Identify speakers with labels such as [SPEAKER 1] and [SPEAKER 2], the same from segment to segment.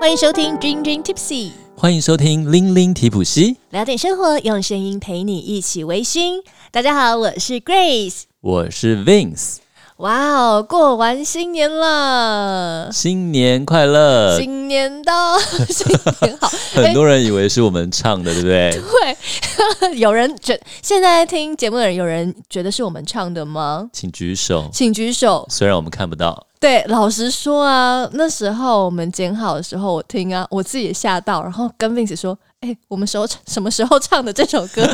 [SPEAKER 1] 欢迎收听 Dream Dream Tipsy，
[SPEAKER 2] 欢迎收听《零零提普西》，
[SPEAKER 1] 聊点生活，用声音陪你一起微醺。大家好，我是 Grace。
[SPEAKER 2] 我是 Vince，
[SPEAKER 1] 哇哦，过完新年了，
[SPEAKER 2] 新年快乐！
[SPEAKER 1] 新年到，新年 好。
[SPEAKER 2] 呃
[SPEAKER 1] 哎
[SPEAKER 2] 很多人以为是我们唱的，对不对？
[SPEAKER 1] 对， 有人觉现在听节目的人，有人觉得是我们唱的吗？
[SPEAKER 2] 请举手。
[SPEAKER 1] 请举手。
[SPEAKER 2] 虽然我们看不到，
[SPEAKER 1] 对，老实说啊，那时候我们剪好的时候，我听啊，我自己也吓到，然后跟 Vince 说：“哎、我们时候什么时候唱的这首歌？”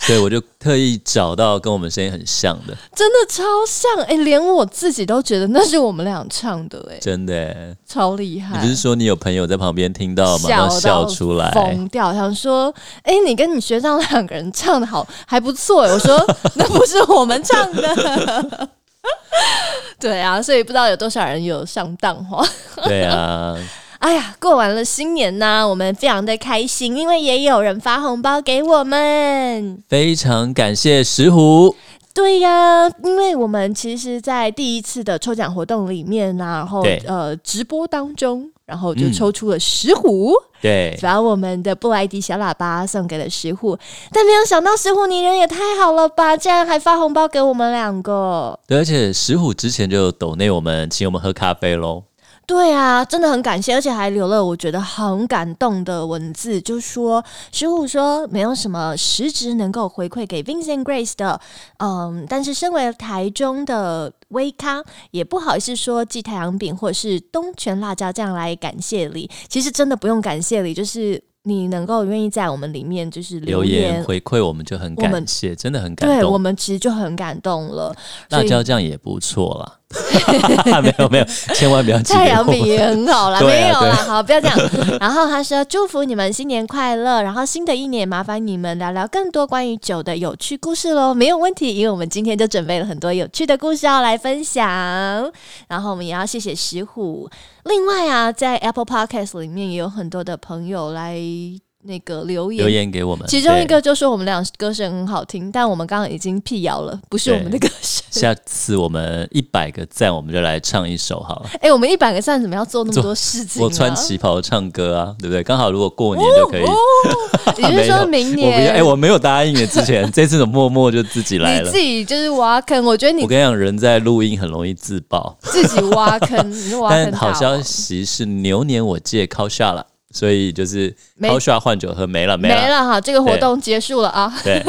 [SPEAKER 2] 所以我就特意找到跟我们声音很像的，
[SPEAKER 1] 真的超像，哎、连我自己都觉得那是我们俩唱的、哎，
[SPEAKER 2] 真的耶。
[SPEAKER 1] 超厉
[SPEAKER 2] 你
[SPEAKER 1] 害
[SPEAKER 2] 不。是说你有朋友在旁边听到马
[SPEAKER 1] 到
[SPEAKER 2] 上笑出来？
[SPEAKER 1] 疯掉，想说，哎、你跟你学长两个人唱的好，还不错、哎我 说，那不是我们唱的。 对啊，所以不知道有多少人有上当哈。
[SPEAKER 2] 对啊，
[SPEAKER 1] 哎呀，过完了新年呐，我们非常的开心，因为也有人发红包给我们。
[SPEAKER 2] 非常感谢石虎，
[SPEAKER 1] 对呀，因为我们其实，在第一次的抽奖活动里面呢、然后
[SPEAKER 2] 对
[SPEAKER 1] 呃直播当中，然后就
[SPEAKER 2] 嗯
[SPEAKER 1] 抽出了石虎，
[SPEAKER 2] 对，
[SPEAKER 1] 把我们的布莱迪小喇叭送给了石虎。但没有想到石虎你人也太好了吧，竟然还发红包给我们两个。
[SPEAKER 2] 对而且石虎之前就抖内我们，请我们喝咖啡喽。
[SPEAKER 1] 对啊，真的很感谢，而且还留了我觉得很感动的文字，就说十五说没有什么实质能够回馈给 Vincent Grace 的，嗯，但是身为台中的微咖，也不好意思说寄太阳饼或是东泉辣椒酱来感谢你，其实真的不用感谢你，就是你能够愿意在我们里面就是
[SPEAKER 2] 留
[SPEAKER 1] 留
[SPEAKER 2] 言回馈我们就很
[SPEAKER 1] 我们
[SPEAKER 2] 感谢，真的很感
[SPEAKER 1] 对
[SPEAKER 2] 动
[SPEAKER 1] 我。们其实就很感动了。所
[SPEAKER 2] 辣
[SPEAKER 1] 以
[SPEAKER 2] 椒酱也不错啦， 没有没有，千万不要记得
[SPEAKER 1] 太阳饼
[SPEAKER 2] 我
[SPEAKER 1] 也很好啦，
[SPEAKER 2] 对
[SPEAKER 1] 没
[SPEAKER 2] 啊
[SPEAKER 1] 有啦，
[SPEAKER 2] 对
[SPEAKER 1] 好，不要这样。 然后他说祝福你们新年快乐，然后新的一年麻烦你们聊聊更多关于酒的有趣故事喽，没有问题，因为我们今天就准备了很多有趣的故事要来分享。然后我们也要谢谢石虎。另外啊，在 Apple Podcast 里面也有很多的朋友来那个留言。
[SPEAKER 2] 留言给我们。
[SPEAKER 1] 其中一
[SPEAKER 2] 对
[SPEAKER 1] 个就说我们俩歌声很好听，但我们刚刚已经辟谣了，不是我们的歌声。
[SPEAKER 2] 下次我们一百个赞，我们就来唱一首好 了。
[SPEAKER 1] 哎、我们一百个赞怎么要做那么
[SPEAKER 2] 做
[SPEAKER 1] 多事情、啊？
[SPEAKER 2] 我穿旗袍唱歌啊，对不对？刚好如果过年就可以。
[SPEAKER 1] 哦，你是说明
[SPEAKER 2] 我不
[SPEAKER 1] 年？
[SPEAKER 2] 要，哎、我没有答应你之 前，这次我默默就自己来
[SPEAKER 1] 你
[SPEAKER 2] 了
[SPEAKER 1] 自。己就是挖坑，我觉得
[SPEAKER 2] 我
[SPEAKER 1] 你
[SPEAKER 2] 跟你讲，人在录音很容易自爆，
[SPEAKER 1] 自己挖坑， 你就挖坑
[SPEAKER 2] 但
[SPEAKER 1] 大王
[SPEAKER 2] 好消息是牛年我戒 c o s h a 了，所以就是 c
[SPEAKER 1] 没
[SPEAKER 2] o s h a 换酒喝没了没
[SPEAKER 1] 没
[SPEAKER 2] 了。
[SPEAKER 1] 了哈，这个活动结束了啊。
[SPEAKER 2] 对，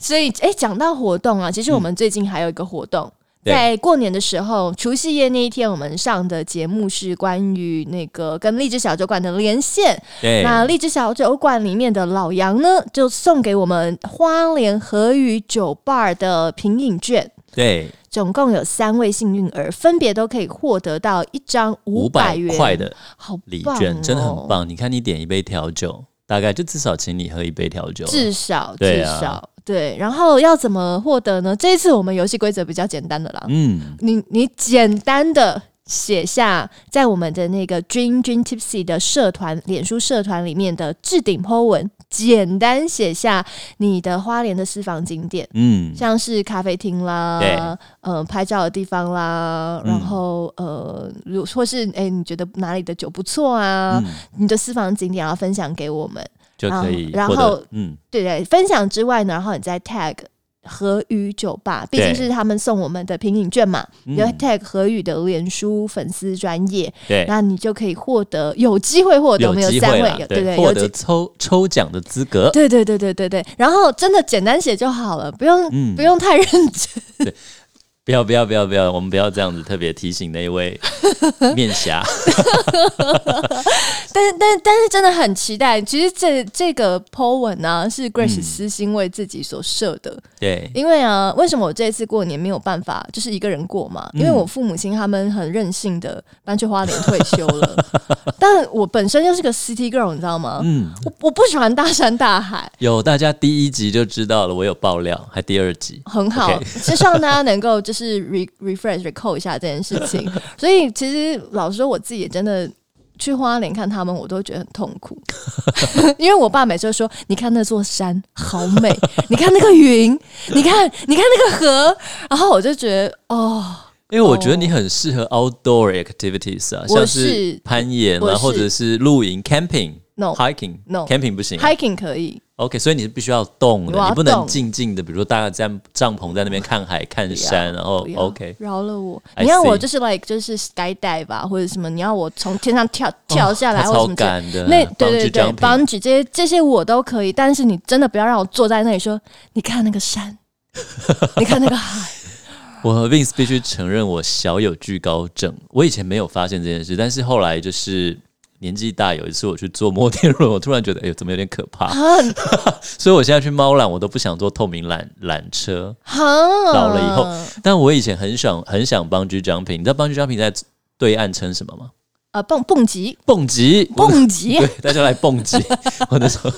[SPEAKER 1] 所以，哎，讲到活动啊，其实我们最近还有一个活动。
[SPEAKER 2] 嗯对
[SPEAKER 1] 在过年的时候，除夕夜那一天，我们上的节目是关于那个跟荔枝小酒馆的连线。
[SPEAKER 2] 对，
[SPEAKER 1] 那荔枝小酒馆里面的老杨呢，就送给我们花莲和宇酒吧的品饮券。
[SPEAKER 2] 对，
[SPEAKER 1] 总共有三位幸运儿，分别都可以获得到一张
[SPEAKER 2] 五
[SPEAKER 1] 五
[SPEAKER 2] 百
[SPEAKER 1] 元
[SPEAKER 2] 块，的
[SPEAKER 1] 好
[SPEAKER 2] 礼
[SPEAKER 1] 棒
[SPEAKER 2] 券、真的
[SPEAKER 1] 哦
[SPEAKER 2] 很，棒。你看，你点一杯调酒，大概就至少请你喝一杯调酒了。
[SPEAKER 1] 至少
[SPEAKER 2] 哦对
[SPEAKER 1] 至
[SPEAKER 2] 啊
[SPEAKER 1] 少、对。然后要怎么获得呢？这一次我们游戏规则比较简单的啦，
[SPEAKER 2] 嗯，
[SPEAKER 1] 你你简单的写下在我们的那个 Dream Dream Tipsy 的社团脸书社团里面的置顶 po 文，简单写下你的花莲的私房景点。
[SPEAKER 2] 嗯，
[SPEAKER 1] 像是咖啡厅
[SPEAKER 2] 对
[SPEAKER 1] 啦，呃，拍照的地方啦，
[SPEAKER 2] 嗯
[SPEAKER 1] 然后、呃，如或是哎、你觉得哪里的酒不错啊？
[SPEAKER 2] 嗯
[SPEAKER 1] 你的私房景点要分享给我们，
[SPEAKER 2] 就可以
[SPEAKER 1] 然后
[SPEAKER 2] 获
[SPEAKER 1] 然后
[SPEAKER 2] 得，嗯，
[SPEAKER 1] 对对，分享之外呢，然后你再 tag 和宇酒吧，毕
[SPEAKER 2] 对
[SPEAKER 1] 竟是他们送我们的品饮券嘛，你就
[SPEAKER 2] 嗯
[SPEAKER 1] tag 和宇的脸书粉丝专业，
[SPEAKER 2] 对，
[SPEAKER 1] 那你就可以获得有机会获得，我
[SPEAKER 2] 有
[SPEAKER 1] 们有
[SPEAKER 2] 机
[SPEAKER 1] 三
[SPEAKER 2] 会
[SPEAKER 1] 位
[SPEAKER 2] 啦，
[SPEAKER 1] 有对对，有
[SPEAKER 2] 获
[SPEAKER 1] 机
[SPEAKER 2] 得抽抽奖的资格。
[SPEAKER 1] 对对对对对对，然后真的简单写就好了，不用、
[SPEAKER 2] 嗯
[SPEAKER 1] 不用太认真。
[SPEAKER 2] 不要不要不要不要，我们不要这样子特别提醒那 一位面侠。
[SPEAKER 1] 但是，但是但是真的很期待。其实这这个 po 文呢、是
[SPEAKER 2] 嗯
[SPEAKER 1] Grace 私心为自己所设的，
[SPEAKER 2] 对，
[SPEAKER 1] 因为啊，为什么我这次过年没有办法就是一个人过嘛？
[SPEAKER 2] 嗯
[SPEAKER 1] 因为我父母亲他们很任性的搬去花莲退休 了，但我本身又是个 City Girl，你知道吗？
[SPEAKER 2] 嗯，
[SPEAKER 1] 我我不喜欢大山大海，
[SPEAKER 2] 有大家第一集就知道了，我有爆料，还第二集。
[SPEAKER 1] 很好，
[SPEAKER 2] OK
[SPEAKER 1] 就希望大家能够就是 re refresh recall 一下这件事 情。所以其实老实说，我自己也真的去花莲看他们，我都觉得很痛苦， 因为我爸每次都说：“你看那座山好美，你看那个云，你看你看那个河。”然后我就觉得哦，
[SPEAKER 2] 因为我觉得你很适合 outdoor activities 啊，
[SPEAKER 1] 哦我
[SPEAKER 2] 像
[SPEAKER 1] 是
[SPEAKER 2] 攀岩
[SPEAKER 1] 我
[SPEAKER 2] 啊，
[SPEAKER 1] 是
[SPEAKER 2] 或者是露营 camping。
[SPEAKER 1] No
[SPEAKER 2] hiking
[SPEAKER 1] No
[SPEAKER 2] camping 不行啊。
[SPEAKER 1] hiking 可以，
[SPEAKER 2] OK，所以你是必须要动
[SPEAKER 1] 我
[SPEAKER 2] 的，
[SPEAKER 1] 要
[SPEAKER 2] 你不能
[SPEAKER 1] 动
[SPEAKER 2] 静静的，比如说大家在帐篷在那边看海、看山，然后
[SPEAKER 1] 不要
[SPEAKER 2] OK，
[SPEAKER 1] 饶了我。
[SPEAKER 2] I
[SPEAKER 1] 你要我
[SPEAKER 2] see
[SPEAKER 1] 就是 like 就是 skydive 吧，或者什么，你要我从天上跳跳下来
[SPEAKER 2] 他
[SPEAKER 1] 或者
[SPEAKER 2] 啊超
[SPEAKER 1] 什么之类的。
[SPEAKER 2] 赶的，
[SPEAKER 1] 那对对
[SPEAKER 2] bungee
[SPEAKER 1] 对
[SPEAKER 2] jumping
[SPEAKER 1] ，bungee 这些这些我都可以，但是你真的不要让我坐在那里说，你看那个 山，你看那个海，
[SPEAKER 2] 我和 Vince 必须承认，我小有惧高症。我以前没有发现这件事，但是后来就是年纪大，有一次我去坐摩天轮，我突然觉得，哎呦，怎么有点可 怕？
[SPEAKER 1] 很
[SPEAKER 2] 所以我现在去猫缆，我都不想坐透明缆缆车。
[SPEAKER 1] 很
[SPEAKER 2] 老了以后，但我以前很想很想 bungee jumping，你知道 bungee jumping 在对岸称什么吗？
[SPEAKER 1] 呃蹦蹦极
[SPEAKER 2] 蹦极，
[SPEAKER 1] 蹦极
[SPEAKER 2] 对，，大家来蹦 极。我那时候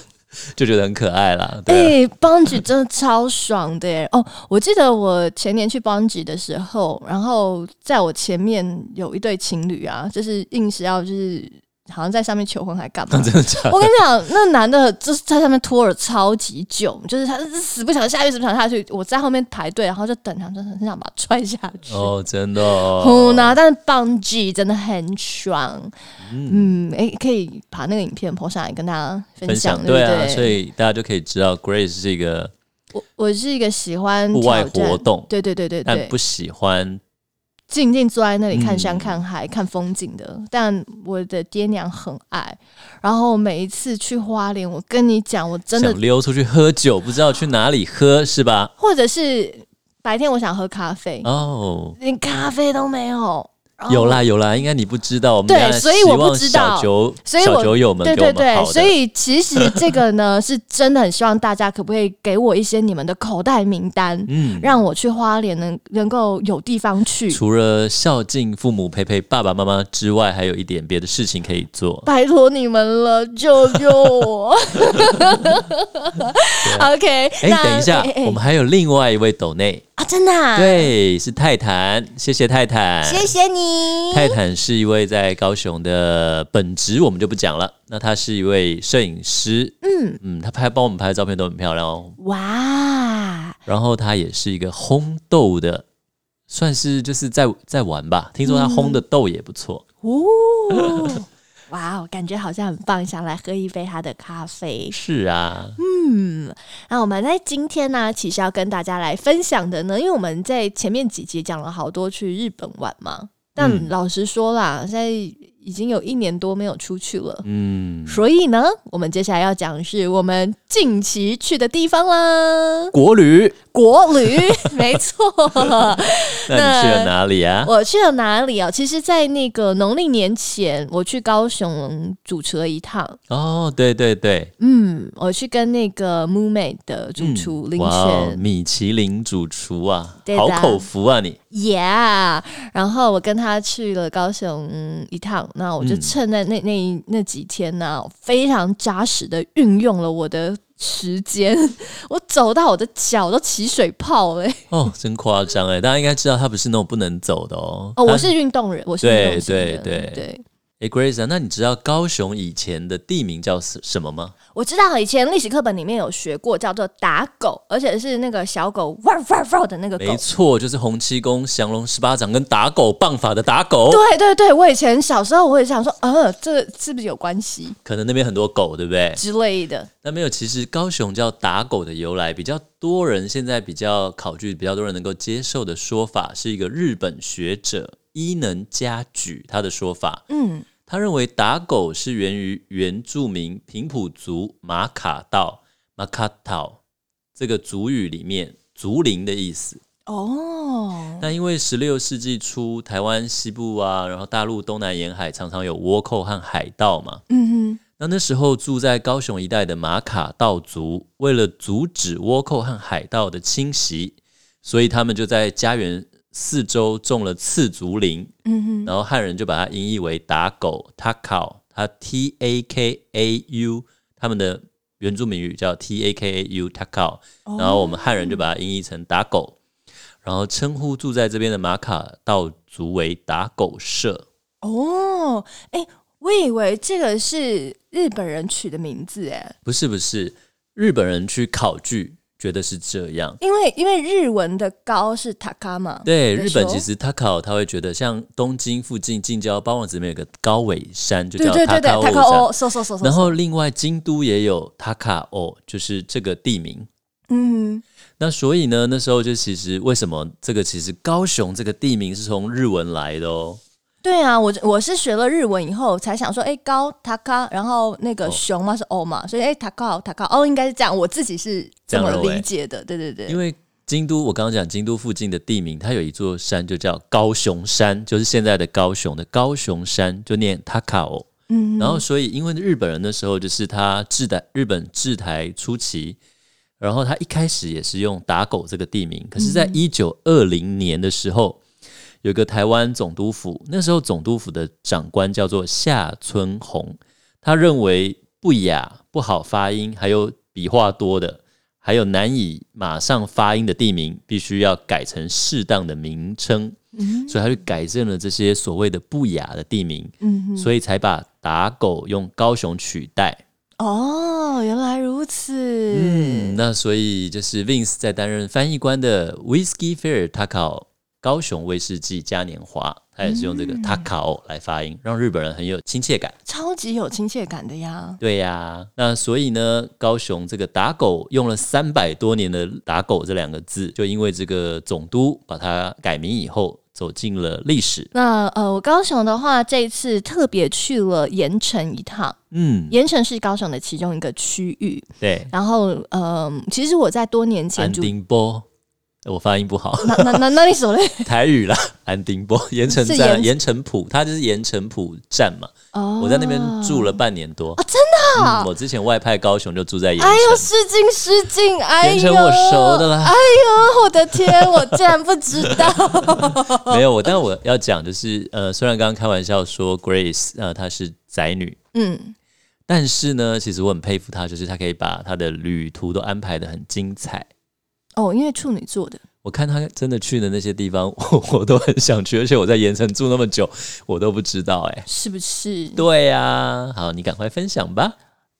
[SPEAKER 2] 就觉得很可爱啦，对啊、？
[SPEAKER 1] 哎、b u n g e e 真的超爽的耶！哦，我记得我前年去 Bungee 的时候，然后在我前面有一对情侣啊，就是硬是要就是好像在上面求婚还干嘛
[SPEAKER 2] 真的假的？
[SPEAKER 1] 我跟你讲，那男的就是在上面拖了超级久，就是他就是死不想下去，死不想下去。我在后面排队，然后就等他，就是很想把他踹下去。
[SPEAKER 2] 哦，真的、哦
[SPEAKER 1] 呼。呢，但是 Bungee 真的很爽，嗯，哎、可以把那个影片 po 上来跟大家分
[SPEAKER 2] 分
[SPEAKER 1] 享，
[SPEAKER 2] 享
[SPEAKER 1] 不
[SPEAKER 2] 对
[SPEAKER 1] 对？
[SPEAKER 2] 啊，所以大家就可以知道 Grace 是一个
[SPEAKER 1] 我我是一个喜欢
[SPEAKER 2] 户外
[SPEAKER 1] 挑战
[SPEAKER 2] 活动
[SPEAKER 1] 对对对对
[SPEAKER 2] 但
[SPEAKER 1] 对
[SPEAKER 2] 不，喜欢
[SPEAKER 1] 静静坐在那里看山
[SPEAKER 2] 嗯
[SPEAKER 1] 看海、看风景的。但我的爹娘很爱，然后每一次去花莲，我跟你讲，我真的
[SPEAKER 2] 想溜出去喝酒，不知道去哪里喝是吧？
[SPEAKER 1] 或者是白天我想喝咖啡，
[SPEAKER 2] 哦，
[SPEAKER 1] 连咖啡都没有。然后
[SPEAKER 2] 有，啦有啦，应该你不知道，我
[SPEAKER 1] 哦
[SPEAKER 2] 们
[SPEAKER 1] 对
[SPEAKER 2] 等下
[SPEAKER 1] 所以
[SPEAKER 2] 希
[SPEAKER 1] 我不
[SPEAKER 2] 望
[SPEAKER 1] 知道
[SPEAKER 2] 小酒
[SPEAKER 1] 所以我
[SPEAKER 2] 小酒友们
[SPEAKER 1] 对
[SPEAKER 2] 给我
[SPEAKER 1] 对
[SPEAKER 2] 们好
[SPEAKER 1] 对，
[SPEAKER 2] 的
[SPEAKER 1] 所以其实这个 呢是真的很希望大家可不可以给我一些你们的口袋名单，
[SPEAKER 2] 嗯，
[SPEAKER 1] 让我去花莲能能够有地方去。
[SPEAKER 2] 除了孝敬父母、陪陪爸爸妈妈之外，还有一点别的事情可以做。
[SPEAKER 1] 拜托你们了，救救我 ！OK，
[SPEAKER 2] 哎，
[SPEAKER 1] 那
[SPEAKER 2] 等一下
[SPEAKER 1] 哎哎，
[SPEAKER 2] 我们还有另外一位斗内，
[SPEAKER 1] 啊，真的、啊，，
[SPEAKER 2] 对，是泰坦，谢谢泰坦，
[SPEAKER 1] 谢谢你。
[SPEAKER 2] 泰坦是一位在高雄的本职，我们就不讲了。那他是一位摄影师，嗯嗯，他拍帮我们拍的照片都很漂亮哦。
[SPEAKER 1] 哇，
[SPEAKER 2] 然后他也是一个烘豆的，算是就是在在玩吧。听说他烘的豆也不错。
[SPEAKER 1] 嗯 哦，哇哦，感觉好像很棒，想来喝一杯他的咖啡。
[SPEAKER 2] 是啊，
[SPEAKER 1] 嗯，那我们在今天呢、其实要跟大家来分享的呢，因为我们在前面几集讲了好多去日本玩嘛，但
[SPEAKER 2] 嗯
[SPEAKER 1] 老实说啦，现在已经有一年多没有出去了。
[SPEAKER 2] 嗯，
[SPEAKER 1] 所以呢，我们接下来要讲的是我们近期去的地方啦，
[SPEAKER 2] 国旅，
[SPEAKER 1] 国旅，没错。
[SPEAKER 2] 那你去了哪里啊？
[SPEAKER 1] 我去了哪里啊？其实，在那个农历年前，我去高雄主持了一趟。
[SPEAKER 2] 哦，对对对，
[SPEAKER 1] 嗯，我去跟那个 m o o m a t 的主厨
[SPEAKER 2] 嗯
[SPEAKER 1] 林
[SPEAKER 2] 哇哦
[SPEAKER 1] 轩、
[SPEAKER 2] 米其林主厨啊
[SPEAKER 1] 对，的
[SPEAKER 2] 好口福啊你。
[SPEAKER 1] Yeah，然后我跟他去了高雄一趟，那我就
[SPEAKER 2] 嗯
[SPEAKER 1] 趁那那那那几天呢、我非常扎实的运用了我的时间，我走到我的脚都起水泡了欸、
[SPEAKER 2] 哦，真夸张哎！大家应该知道他不是那种不能走的哦。
[SPEAKER 1] 哦，我
[SPEAKER 2] 他
[SPEAKER 1] 是运动人，我是
[SPEAKER 2] 对
[SPEAKER 1] 运动型的人
[SPEAKER 2] 对对
[SPEAKER 1] 对，
[SPEAKER 2] 哎、g r a c e 啊，那你知道高雄以前的地名叫什什么吗？
[SPEAKER 1] 我知道以前历史课本里面有学过，叫做打狗，而且是那个小狗哇哇哇的那个狗
[SPEAKER 2] 没。错，就是洪七公降龙十八掌跟打狗棒法的打狗。
[SPEAKER 1] 对对对，我以前小时候我也想说，呃，这是不是有关系
[SPEAKER 2] 可能那边很多狗，对不对？
[SPEAKER 1] 之类的？
[SPEAKER 2] 那没有，其实高雄叫打狗的由来，比较多人现在比较考据，比较多人能够接受的说法，是一个日本学者伊能家矩他的说法。
[SPEAKER 1] 嗯，
[SPEAKER 2] 他认为打狗是源于原住民平埔族马卡道马卡岛这个族语里面竹林的意思。
[SPEAKER 1] 哦，
[SPEAKER 2] 那因为十六世纪初台湾西部啊，然后大陆东南沿海常常有倭寇和海盗嘛，
[SPEAKER 1] 嗯哼，
[SPEAKER 2] 那那时候住在高雄一带的马卡道族，为了阻止倭寇和海盗的侵袭，所以他们就在家园四周种了刺竹林，
[SPEAKER 1] 嗯哼。
[SPEAKER 2] 然后汉人就把它音译为打狗 （takao），它 t a k a u，他们的原住民语叫 t a k a u takao，然后我们汉人就把它音译成打狗，然后称呼住在这边的马卡道族为打狗社。
[SPEAKER 1] 哦，哎、我以为这个是日本人取的名字，哎，
[SPEAKER 2] 不是不是，日本人去考据觉得是这样。
[SPEAKER 1] 因为因为日文的高是 takama，
[SPEAKER 2] 对，
[SPEAKER 1] 没
[SPEAKER 2] 日本
[SPEAKER 1] 错
[SPEAKER 2] 其实他考他会觉得，像东京附近近郊八王子里面有个高尾山，就
[SPEAKER 1] 对
[SPEAKER 2] 叫
[SPEAKER 1] 对对对哦
[SPEAKER 2] Takao
[SPEAKER 1] ，taka
[SPEAKER 2] 山
[SPEAKER 1] o，so so so so，
[SPEAKER 2] 然后另外京都也有 Takao，就是这个地名。
[SPEAKER 1] 嗯
[SPEAKER 2] 那所以呢，那时候就其实为什么这个其实高雄这个地名是从日文来的哦，
[SPEAKER 1] 哼，对啊，我我是学了日文以后才想说，哎，高 taka，然后那个
[SPEAKER 2] 哦
[SPEAKER 1] 熊嘛是 o 嘛，所以哎 taka taka 哦应该是这样，我自己是这
[SPEAKER 2] 这样
[SPEAKER 1] 么
[SPEAKER 2] 认为
[SPEAKER 1] 理解的，对对对，
[SPEAKER 2] 因为京都我刚刚讲京都附近的地名，它有一座山就叫高雄山，就是现在的高雄的高雄山，就念 Takao。
[SPEAKER 1] 嗯
[SPEAKER 2] 然后所以因为日本人那时候就是他制台日本制台初期，然后他一开始也是用打狗这个地名，可是，
[SPEAKER 1] 嗯
[SPEAKER 2] 在一九二零年的时候，有一个台湾总督府，那时候总督府的长官叫做夏村宏，他认为不雅、不好发音，还有笔画多的。还有难以马上发音的地名，必须要改成适当的名称，
[SPEAKER 1] 嗯
[SPEAKER 2] 所以他就改正了这些所谓的不雅的地名。
[SPEAKER 1] 嗯哼，
[SPEAKER 2] 所以才把打狗用高雄取代。
[SPEAKER 1] 哦，原来如此，
[SPEAKER 2] 嗯，那所以就是 Vince 在担任翻译官的 Whisky Fair，他考高雄威士忌嘉年华，他也是用这
[SPEAKER 1] 嗯
[SPEAKER 2] 个 Takao 来发音，让日本人很有亲切感。
[SPEAKER 1] 超级有亲切感的呀，
[SPEAKER 2] 对呀、那所以呢，高雄这个打狗用了三百多年的“打狗”这两个字，就因为这个总督把它改名以后，走进了历史。
[SPEAKER 1] 那呃，我高雄的话，这一次特别去了盐城一趟。
[SPEAKER 2] 嗯，
[SPEAKER 1] 盐城是高雄的其中一个区域，
[SPEAKER 2] 对，
[SPEAKER 1] 然后呃，其实我在多年前
[SPEAKER 2] 安
[SPEAKER 1] 就
[SPEAKER 2] 丁波，我发音不好。
[SPEAKER 1] 那那那那你所谓
[SPEAKER 2] 台语啦，安丁波盐城
[SPEAKER 1] 是
[SPEAKER 2] 站，啊
[SPEAKER 1] 盐
[SPEAKER 2] 盐城埔，它就是盐城埔站嘛。
[SPEAKER 1] 哦
[SPEAKER 2] 我在那边住了半年多啊，真的、我之前外派高雄就住在盐城，
[SPEAKER 1] 哎呦，失敬失敬！哎
[SPEAKER 2] 盐
[SPEAKER 1] 呦，
[SPEAKER 2] 城我熟的啦
[SPEAKER 1] 哎呦，我的天，我竟然不知道。
[SPEAKER 2] 没有我，但我要讲就是，呃，虽然刚刚开玩笑说 Grace，呃，她是宅女，
[SPEAKER 1] 嗯，
[SPEAKER 2] 但是呢，其实我很佩服她，就是她可以把她的旅途都安排的很精彩。
[SPEAKER 1] 哦，因为处女座的，
[SPEAKER 2] 我看她真的去的那些地方， 我我都很想去，而且我在盐城住那么久，我都不知道哎、
[SPEAKER 1] 是不是？
[SPEAKER 2] 对呀、好，你赶快分享吧。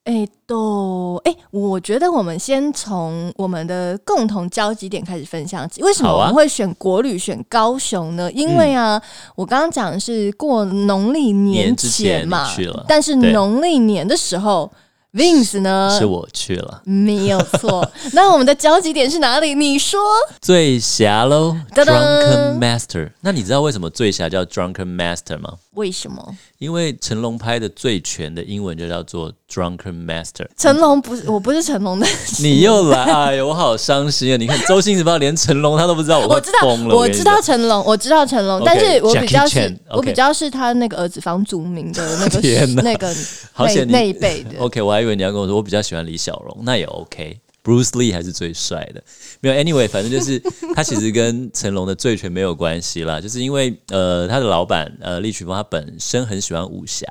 [SPEAKER 1] 哎，都哎，我觉得我们先从我们的共同交集点开始分享起。为什么
[SPEAKER 2] 好
[SPEAKER 1] 我
[SPEAKER 2] 啊嗯
[SPEAKER 1] 们会选国旅、选高雄呢？因为啊，我刚刚讲的是过农历
[SPEAKER 2] 年之前
[SPEAKER 1] 前
[SPEAKER 2] 你
[SPEAKER 1] 嘛，
[SPEAKER 2] 去了
[SPEAKER 1] 但是
[SPEAKER 2] 对
[SPEAKER 1] 农历年的时候，Vince 呢
[SPEAKER 2] 是我去了。
[SPEAKER 1] 没有错。那我们的交集点是哪里？你说
[SPEAKER 2] 醉侠喽
[SPEAKER 1] 噔噔
[SPEAKER 2] ，Drunken Master。那你知道为什么醉侠叫 Drunken Master 吗？
[SPEAKER 1] 为什么？
[SPEAKER 2] 因为成龙拍的《醉拳》的英文就叫做 Drunken Master。
[SPEAKER 1] 成龙不是，我不是成龙的。
[SPEAKER 2] 你又来，哎呦，我好伤心啊！你看周星驰吧，连成龙他都不知道，我
[SPEAKER 1] 我
[SPEAKER 2] 快
[SPEAKER 1] 知道，
[SPEAKER 2] 疯了。
[SPEAKER 1] 我知道成龙，我知道成龙
[SPEAKER 2] OK，
[SPEAKER 1] 但是我比较是
[SPEAKER 2] Jackie Chan，
[SPEAKER 1] 我比
[SPEAKER 2] OK
[SPEAKER 1] 较是他那个儿子房祖名的 那个
[SPEAKER 2] 天哪
[SPEAKER 1] 那个
[SPEAKER 2] 好
[SPEAKER 1] 那
[SPEAKER 2] 险你
[SPEAKER 1] 那一辈的。
[SPEAKER 2] OK，我还以为你要跟我说，我比较喜欢李小龙，那也 OK。Bruce Lee 还是最帅的，没有。Anyway，反正就是 他其实跟成龙的醉拳没有关系啦，就是因为呃，他的老板呃李曲峰他本身很喜欢武侠，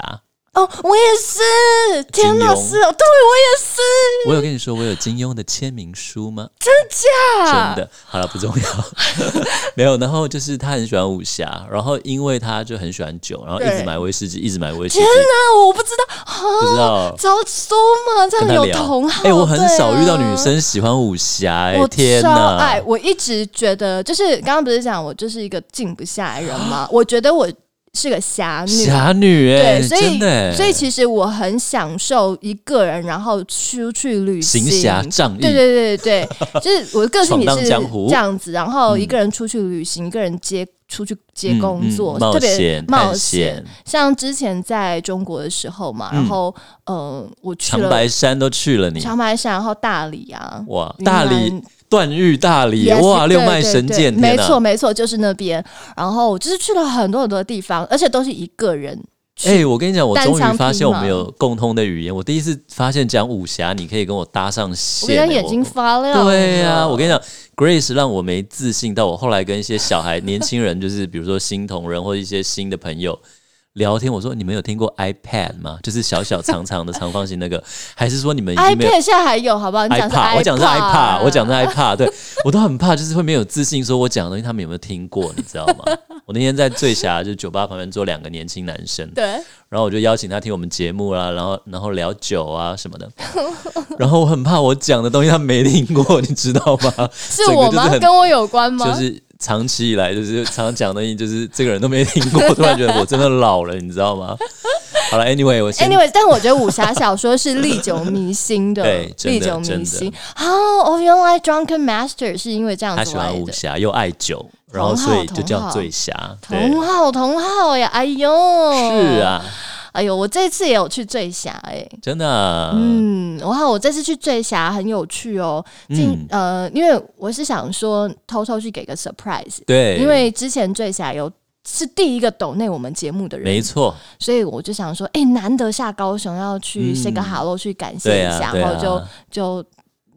[SPEAKER 1] 哦，我也是，天哪，
[SPEAKER 2] 金庸
[SPEAKER 1] 是哦，对我也是，
[SPEAKER 2] 我有跟你说我有金庸的签名书吗？
[SPEAKER 1] 真
[SPEAKER 2] 真的，好了，不重要， 没有。然后就是他很喜欢武侠，然后因为他就很喜欢酒，然后一直
[SPEAKER 1] 对
[SPEAKER 2] 买威士忌，一直买威士忌
[SPEAKER 1] 天，哪，我不知道，
[SPEAKER 2] 不知
[SPEAKER 1] 啊，
[SPEAKER 2] 道
[SPEAKER 1] 早说嘛，这样
[SPEAKER 2] 跟他
[SPEAKER 1] 有
[SPEAKER 2] 聊
[SPEAKER 1] 同好。。
[SPEAKER 2] 哎、我很少遇到
[SPEAKER 1] 对啊
[SPEAKER 2] 女生喜欢武侠、哎、
[SPEAKER 1] 我
[SPEAKER 2] 天
[SPEAKER 1] 超爱，
[SPEAKER 2] 哪！
[SPEAKER 1] 我一直觉得就是刚刚不是讲我就是一个静不下来的人吗？我觉得我是个侠女，
[SPEAKER 2] 侠女哎、
[SPEAKER 1] 对，所
[SPEAKER 2] 真
[SPEAKER 1] 以、
[SPEAKER 2] 的、哎
[SPEAKER 1] 所以其实我很享受一个人，然后出去旅行。
[SPEAKER 2] 行侠仗义，
[SPEAKER 1] 对对对对对，就是我的个性也
[SPEAKER 2] 闯荡
[SPEAKER 1] 是
[SPEAKER 2] 江湖
[SPEAKER 1] 这样子，然后一个人出去旅行，一个人接出去接
[SPEAKER 2] 嗯
[SPEAKER 1] 工
[SPEAKER 2] 嗯
[SPEAKER 1] 作，
[SPEAKER 2] 冒
[SPEAKER 1] 特别
[SPEAKER 2] 险、
[SPEAKER 1] 冒
[SPEAKER 2] 探
[SPEAKER 1] 险。
[SPEAKER 2] 险，嗯
[SPEAKER 1] 像之前在中国的时候嘛，然后呃，我去
[SPEAKER 2] 长
[SPEAKER 1] 了
[SPEAKER 2] 白山都去了你，
[SPEAKER 1] 长白山，然后大理啊，
[SPEAKER 2] 哇，
[SPEAKER 1] 云
[SPEAKER 2] 大
[SPEAKER 1] 南
[SPEAKER 2] 理段誉大理
[SPEAKER 1] Yes，
[SPEAKER 2] 哇，六
[SPEAKER 1] 对
[SPEAKER 2] 脉
[SPEAKER 1] 对
[SPEAKER 2] 神
[SPEAKER 1] 对
[SPEAKER 2] 剑，
[SPEAKER 1] 没
[SPEAKER 2] 天哪
[SPEAKER 1] 错没错，就是那边。然后我就是去了很多很多地方，而且都是一个人。
[SPEAKER 2] 哎、我跟你讲，我
[SPEAKER 1] 单
[SPEAKER 2] 终于
[SPEAKER 1] 枪
[SPEAKER 2] 发
[SPEAKER 1] 匹
[SPEAKER 2] 现我
[SPEAKER 1] 马
[SPEAKER 2] 们有共通的语言。我第一次发现讲武侠，你可以跟我搭上
[SPEAKER 1] 我
[SPEAKER 2] 线、
[SPEAKER 1] 跟
[SPEAKER 2] 欸。
[SPEAKER 1] 他眼睛发亮了。
[SPEAKER 2] 我对呀、
[SPEAKER 1] 哦
[SPEAKER 2] 我跟你讲，Grace 让我没自信到我后来跟一些小孩、年轻人，就是比如说新同人或一些新的朋友聊天，我说你们有听过 iPad 吗？就是小小长长的长方形那个， 还是说你们已经没有
[SPEAKER 1] iPad 哎现在还有好不好？你讲是
[SPEAKER 2] iPad？我讲是
[SPEAKER 1] iPad，
[SPEAKER 2] iPad，我讲是 iPad，对 我都很怕，就是会没有自信，说我讲的东西他们有没有听过，你知道吗？ 我那天在醉侠就是酒吧旁边坐两个年轻男生，
[SPEAKER 1] 对，
[SPEAKER 2] 然后我就邀请他听我们节目啊啦、然后然后聊酒啊什么的， 然后我很怕我讲的东西他没听过，你知道吗？
[SPEAKER 1] 是我
[SPEAKER 2] 整个就是
[SPEAKER 1] 吗？
[SPEAKER 2] 很
[SPEAKER 1] 跟我有关吗？
[SPEAKER 2] 就是长期以来就是常讲的东西，就是这个人都没听过，突然觉得我真的老了，你知道吗？好了，anyway，我先
[SPEAKER 1] Anyway，但我觉得武侠小说是历久弥新的
[SPEAKER 2] 对，真
[SPEAKER 1] 历
[SPEAKER 2] 的
[SPEAKER 1] 久弥
[SPEAKER 2] 真的
[SPEAKER 1] 新。哦，哦，原来 Drunken Master 是因为这样
[SPEAKER 2] 他喜
[SPEAKER 1] 子来
[SPEAKER 2] 欢武
[SPEAKER 1] 的。
[SPEAKER 2] 侠又爱酒，然后所以就叫醉侠。对，
[SPEAKER 1] 同好，同好呀！哎呦，
[SPEAKER 2] 是，啊，
[SPEAKER 1] 哎呦，我这次也有去醉侠哎、
[SPEAKER 2] 真的啊，
[SPEAKER 1] 嗯，然后我这次去醉侠很有趣哦，进、
[SPEAKER 2] 嗯
[SPEAKER 1] 呃，因为我是想说偷偷去给个 surprise，
[SPEAKER 2] 对，
[SPEAKER 1] 因为之前醉侠有是第一个抖内我们节目的人，
[SPEAKER 2] 没错，
[SPEAKER 1] 所以我就想说，哎、难得下高雄要去
[SPEAKER 2] 嗯
[SPEAKER 1] say 个 hello 去感谢
[SPEAKER 2] 对
[SPEAKER 1] 一
[SPEAKER 2] 啊
[SPEAKER 1] 下，
[SPEAKER 2] 对
[SPEAKER 1] 然
[SPEAKER 2] 啊
[SPEAKER 1] 后就就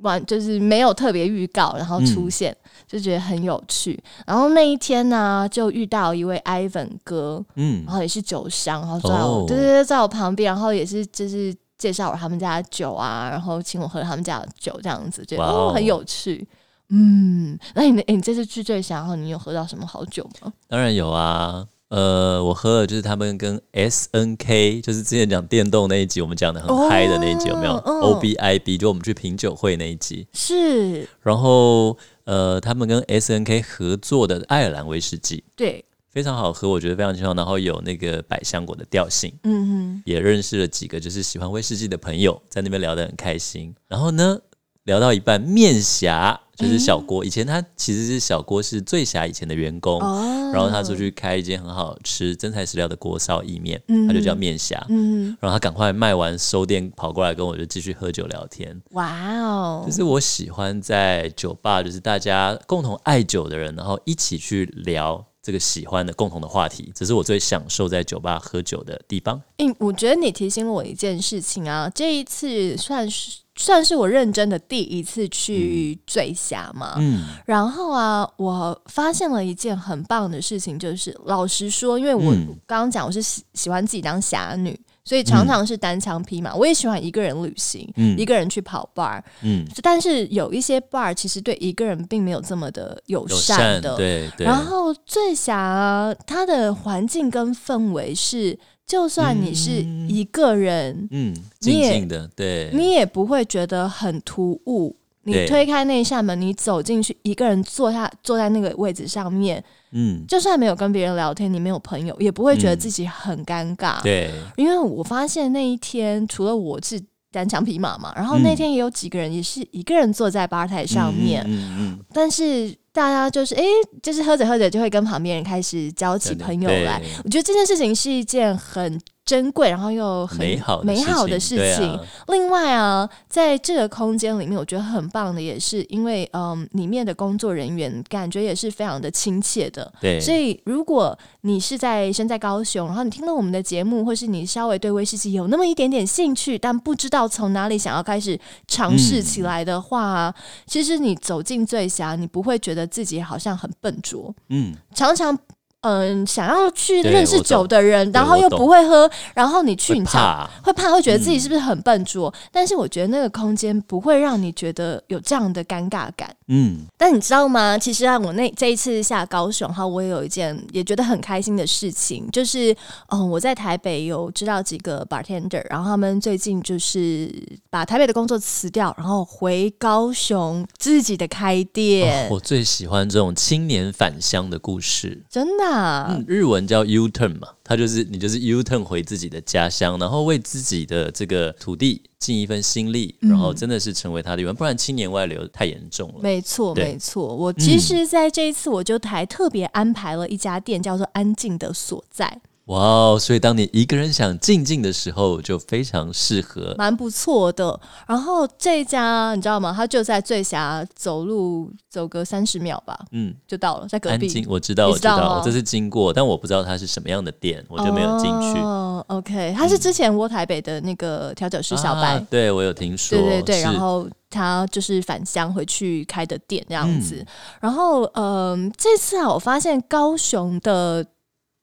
[SPEAKER 1] 完就是没有特别预告，然
[SPEAKER 2] 嗯
[SPEAKER 1] 后出现、就觉得很有趣。然后那一天呢，就遇到一位 Ivan 哥，
[SPEAKER 2] 嗯
[SPEAKER 1] 然，后也是酒商，然后在我、
[SPEAKER 2] 哦
[SPEAKER 1] 对对对，在我旁边，然后也是就是介绍我他们家的酒啊，然后请我喝他们家的酒，这样子觉得
[SPEAKER 2] 哇哦
[SPEAKER 1] 哦很有趣。嗯，那你、诶你这次去醉侠，然后你有喝到什么好酒吗？
[SPEAKER 2] 当然有啊。呃，我喝的就是他们跟 S N K，就是之前讲电动那一集，我们讲的很嗨的那一集，有没有
[SPEAKER 1] 哦嗯
[SPEAKER 2] ？O B I B，就我们去品酒会那一集。
[SPEAKER 1] 是
[SPEAKER 2] 然后呃，他们跟 S N K 合作的爱尔兰威士忌
[SPEAKER 1] 对，
[SPEAKER 2] 非常好喝，我觉得非常清爽，然后有那个百香果的调性。
[SPEAKER 1] 嗯
[SPEAKER 2] 也认识了几个就是喜欢威士忌的朋友，在那边聊得很开心。然后呢，聊到一半，面侠就是小郭，以前他其实是小郭是醉侠以前的员工，
[SPEAKER 1] 哼，哦，
[SPEAKER 2] 然后他出去开一间很好吃真材实料的锅烧意面，
[SPEAKER 1] 嗯
[SPEAKER 2] 他就叫面侠。
[SPEAKER 1] 嗯，
[SPEAKER 2] 然后他赶快卖完收店，跑过来跟我就继续喝酒聊天。
[SPEAKER 1] 哇哦
[SPEAKER 2] 就，是我喜欢在酒吧，就是大家共同爱酒的人，然后一起去聊这个喜欢的共同的话题，这是我最享受在酒吧喝酒的地方。
[SPEAKER 1] 嗯，我觉得你提醒我一件事情啊，这一次算是算是我认真的第一次去醉侠嘛。
[SPEAKER 2] 嗯，
[SPEAKER 1] 然后啊，我发现了一件很棒的事情，就是老实说，因为我
[SPEAKER 2] 嗯
[SPEAKER 1] 刚刚讲我是喜喜欢自己当侠女，所以常常是单枪匹马。我也喜欢一个人旅行，
[SPEAKER 2] 嗯
[SPEAKER 1] 一个人去跑 bar，
[SPEAKER 2] 嗯，
[SPEAKER 1] 但是有一些 bar 其实对一个人并没有这么的友
[SPEAKER 2] 友
[SPEAKER 1] 善的，
[SPEAKER 2] 对对，
[SPEAKER 1] 然后醉侠啊它的环境跟氛围是，就算你是
[SPEAKER 2] 嗯
[SPEAKER 1] 一个人，
[SPEAKER 2] 嗯，
[SPEAKER 1] 你
[SPEAKER 2] 静
[SPEAKER 1] 也
[SPEAKER 2] 静的，对，
[SPEAKER 1] 你也不会觉得很突兀。你
[SPEAKER 2] 对
[SPEAKER 1] 推开那一扇门，你走进去，一个人坐下坐在那个位置上面，
[SPEAKER 2] 嗯，
[SPEAKER 1] 就算没有跟别人聊天，你没有朋友，也不会觉得
[SPEAKER 2] 嗯
[SPEAKER 1] 自己很尴尬。
[SPEAKER 2] 对，
[SPEAKER 1] 因为我发现那一天，除了我是单枪匹马嘛，然后那
[SPEAKER 2] 嗯
[SPEAKER 1] 天也有几个人也是一个人坐在吧台上面，
[SPEAKER 2] 嗯嗯嗯
[SPEAKER 1] 但是大家就是哎、诶就是喝着喝着就会跟旁边人开始交起
[SPEAKER 2] 真的
[SPEAKER 1] 朋友来
[SPEAKER 2] 嗯对。
[SPEAKER 1] 我觉得这件事情是一件很珍贵，然后又
[SPEAKER 2] 嗯，
[SPEAKER 1] 很
[SPEAKER 2] 美好
[SPEAKER 1] 美好的
[SPEAKER 2] 事
[SPEAKER 1] 事
[SPEAKER 2] 情，对
[SPEAKER 1] 情。
[SPEAKER 2] 啊
[SPEAKER 1] 另外啊，在这个空间里面，我觉得很棒的也是因为嗯，里面的工作人员感觉也是非常的亲切的。
[SPEAKER 2] 对，
[SPEAKER 1] 所以，如果你是在身在高雄，然后你听了我们的节目，或是你稍微对威士忌有那么一点点兴趣，但不知道从哪里想要开始尝试起来的话、其实你走进醉侠，你不会觉得自己好像很笨拙。
[SPEAKER 2] 嗯，
[SPEAKER 1] 常常，嗯、想要去
[SPEAKER 2] 对
[SPEAKER 1] 认识
[SPEAKER 2] 我懂
[SPEAKER 1] 酒的人，
[SPEAKER 2] 对
[SPEAKER 1] 然后
[SPEAKER 2] 我
[SPEAKER 1] 又
[SPEAKER 2] 懂
[SPEAKER 1] 不会喝，然后你去，
[SPEAKER 2] 会
[SPEAKER 1] 你知道
[SPEAKER 2] 怕，嗯
[SPEAKER 1] 会怕，会觉得自己是不是很笨拙？但是我觉得那个空间不会让你觉得有这样的尴尬感。
[SPEAKER 2] 嗯，
[SPEAKER 1] 但你知道吗？其实啊，我那这一次下高雄哈，我也有一件也觉得很开心的事情，就是嗯，我在台北有知道几个 bartender，然后他们最近就是把台北的工作辞掉，然后回高雄自己的开店，
[SPEAKER 2] 哦我最喜欢这种青年返乡的故事。
[SPEAKER 1] 真的啊、
[SPEAKER 2] 嗯，日文叫 U turn 嘛，它就是你就是 U turn 回自己的家乡，然后为自己的这个土地尽一份心力，然后真的是成为他的一员，不然青年外流太严重了。
[SPEAKER 1] 嗯没错，
[SPEAKER 2] 对嗯
[SPEAKER 1] 没错。我其实在这一次，我就还特别安排了一家店，叫做“安静的所在
[SPEAKER 2] 哇哦！所以当你一个人想静静的时候，就非常适”，合。
[SPEAKER 1] 蛮不错的。然后这一家你知道吗？它就在醉侠走路走个三十秒吧，
[SPEAKER 2] 嗯，
[SPEAKER 1] 就到了，在隔
[SPEAKER 2] 安
[SPEAKER 1] 壁。
[SPEAKER 2] 静，我知道，我
[SPEAKER 1] 知道吗
[SPEAKER 2] 我这次经过，但我不知道它是什么样的店，我就没有进去。
[SPEAKER 1] 哦，OK，他是之前窝台北的那个调酒师小白，
[SPEAKER 2] 啊对我有听说，
[SPEAKER 1] 对对对，
[SPEAKER 2] 是
[SPEAKER 1] 然后他就是返乡回去开的呃店这样子。然后，嗯、这次啊，我发现高雄的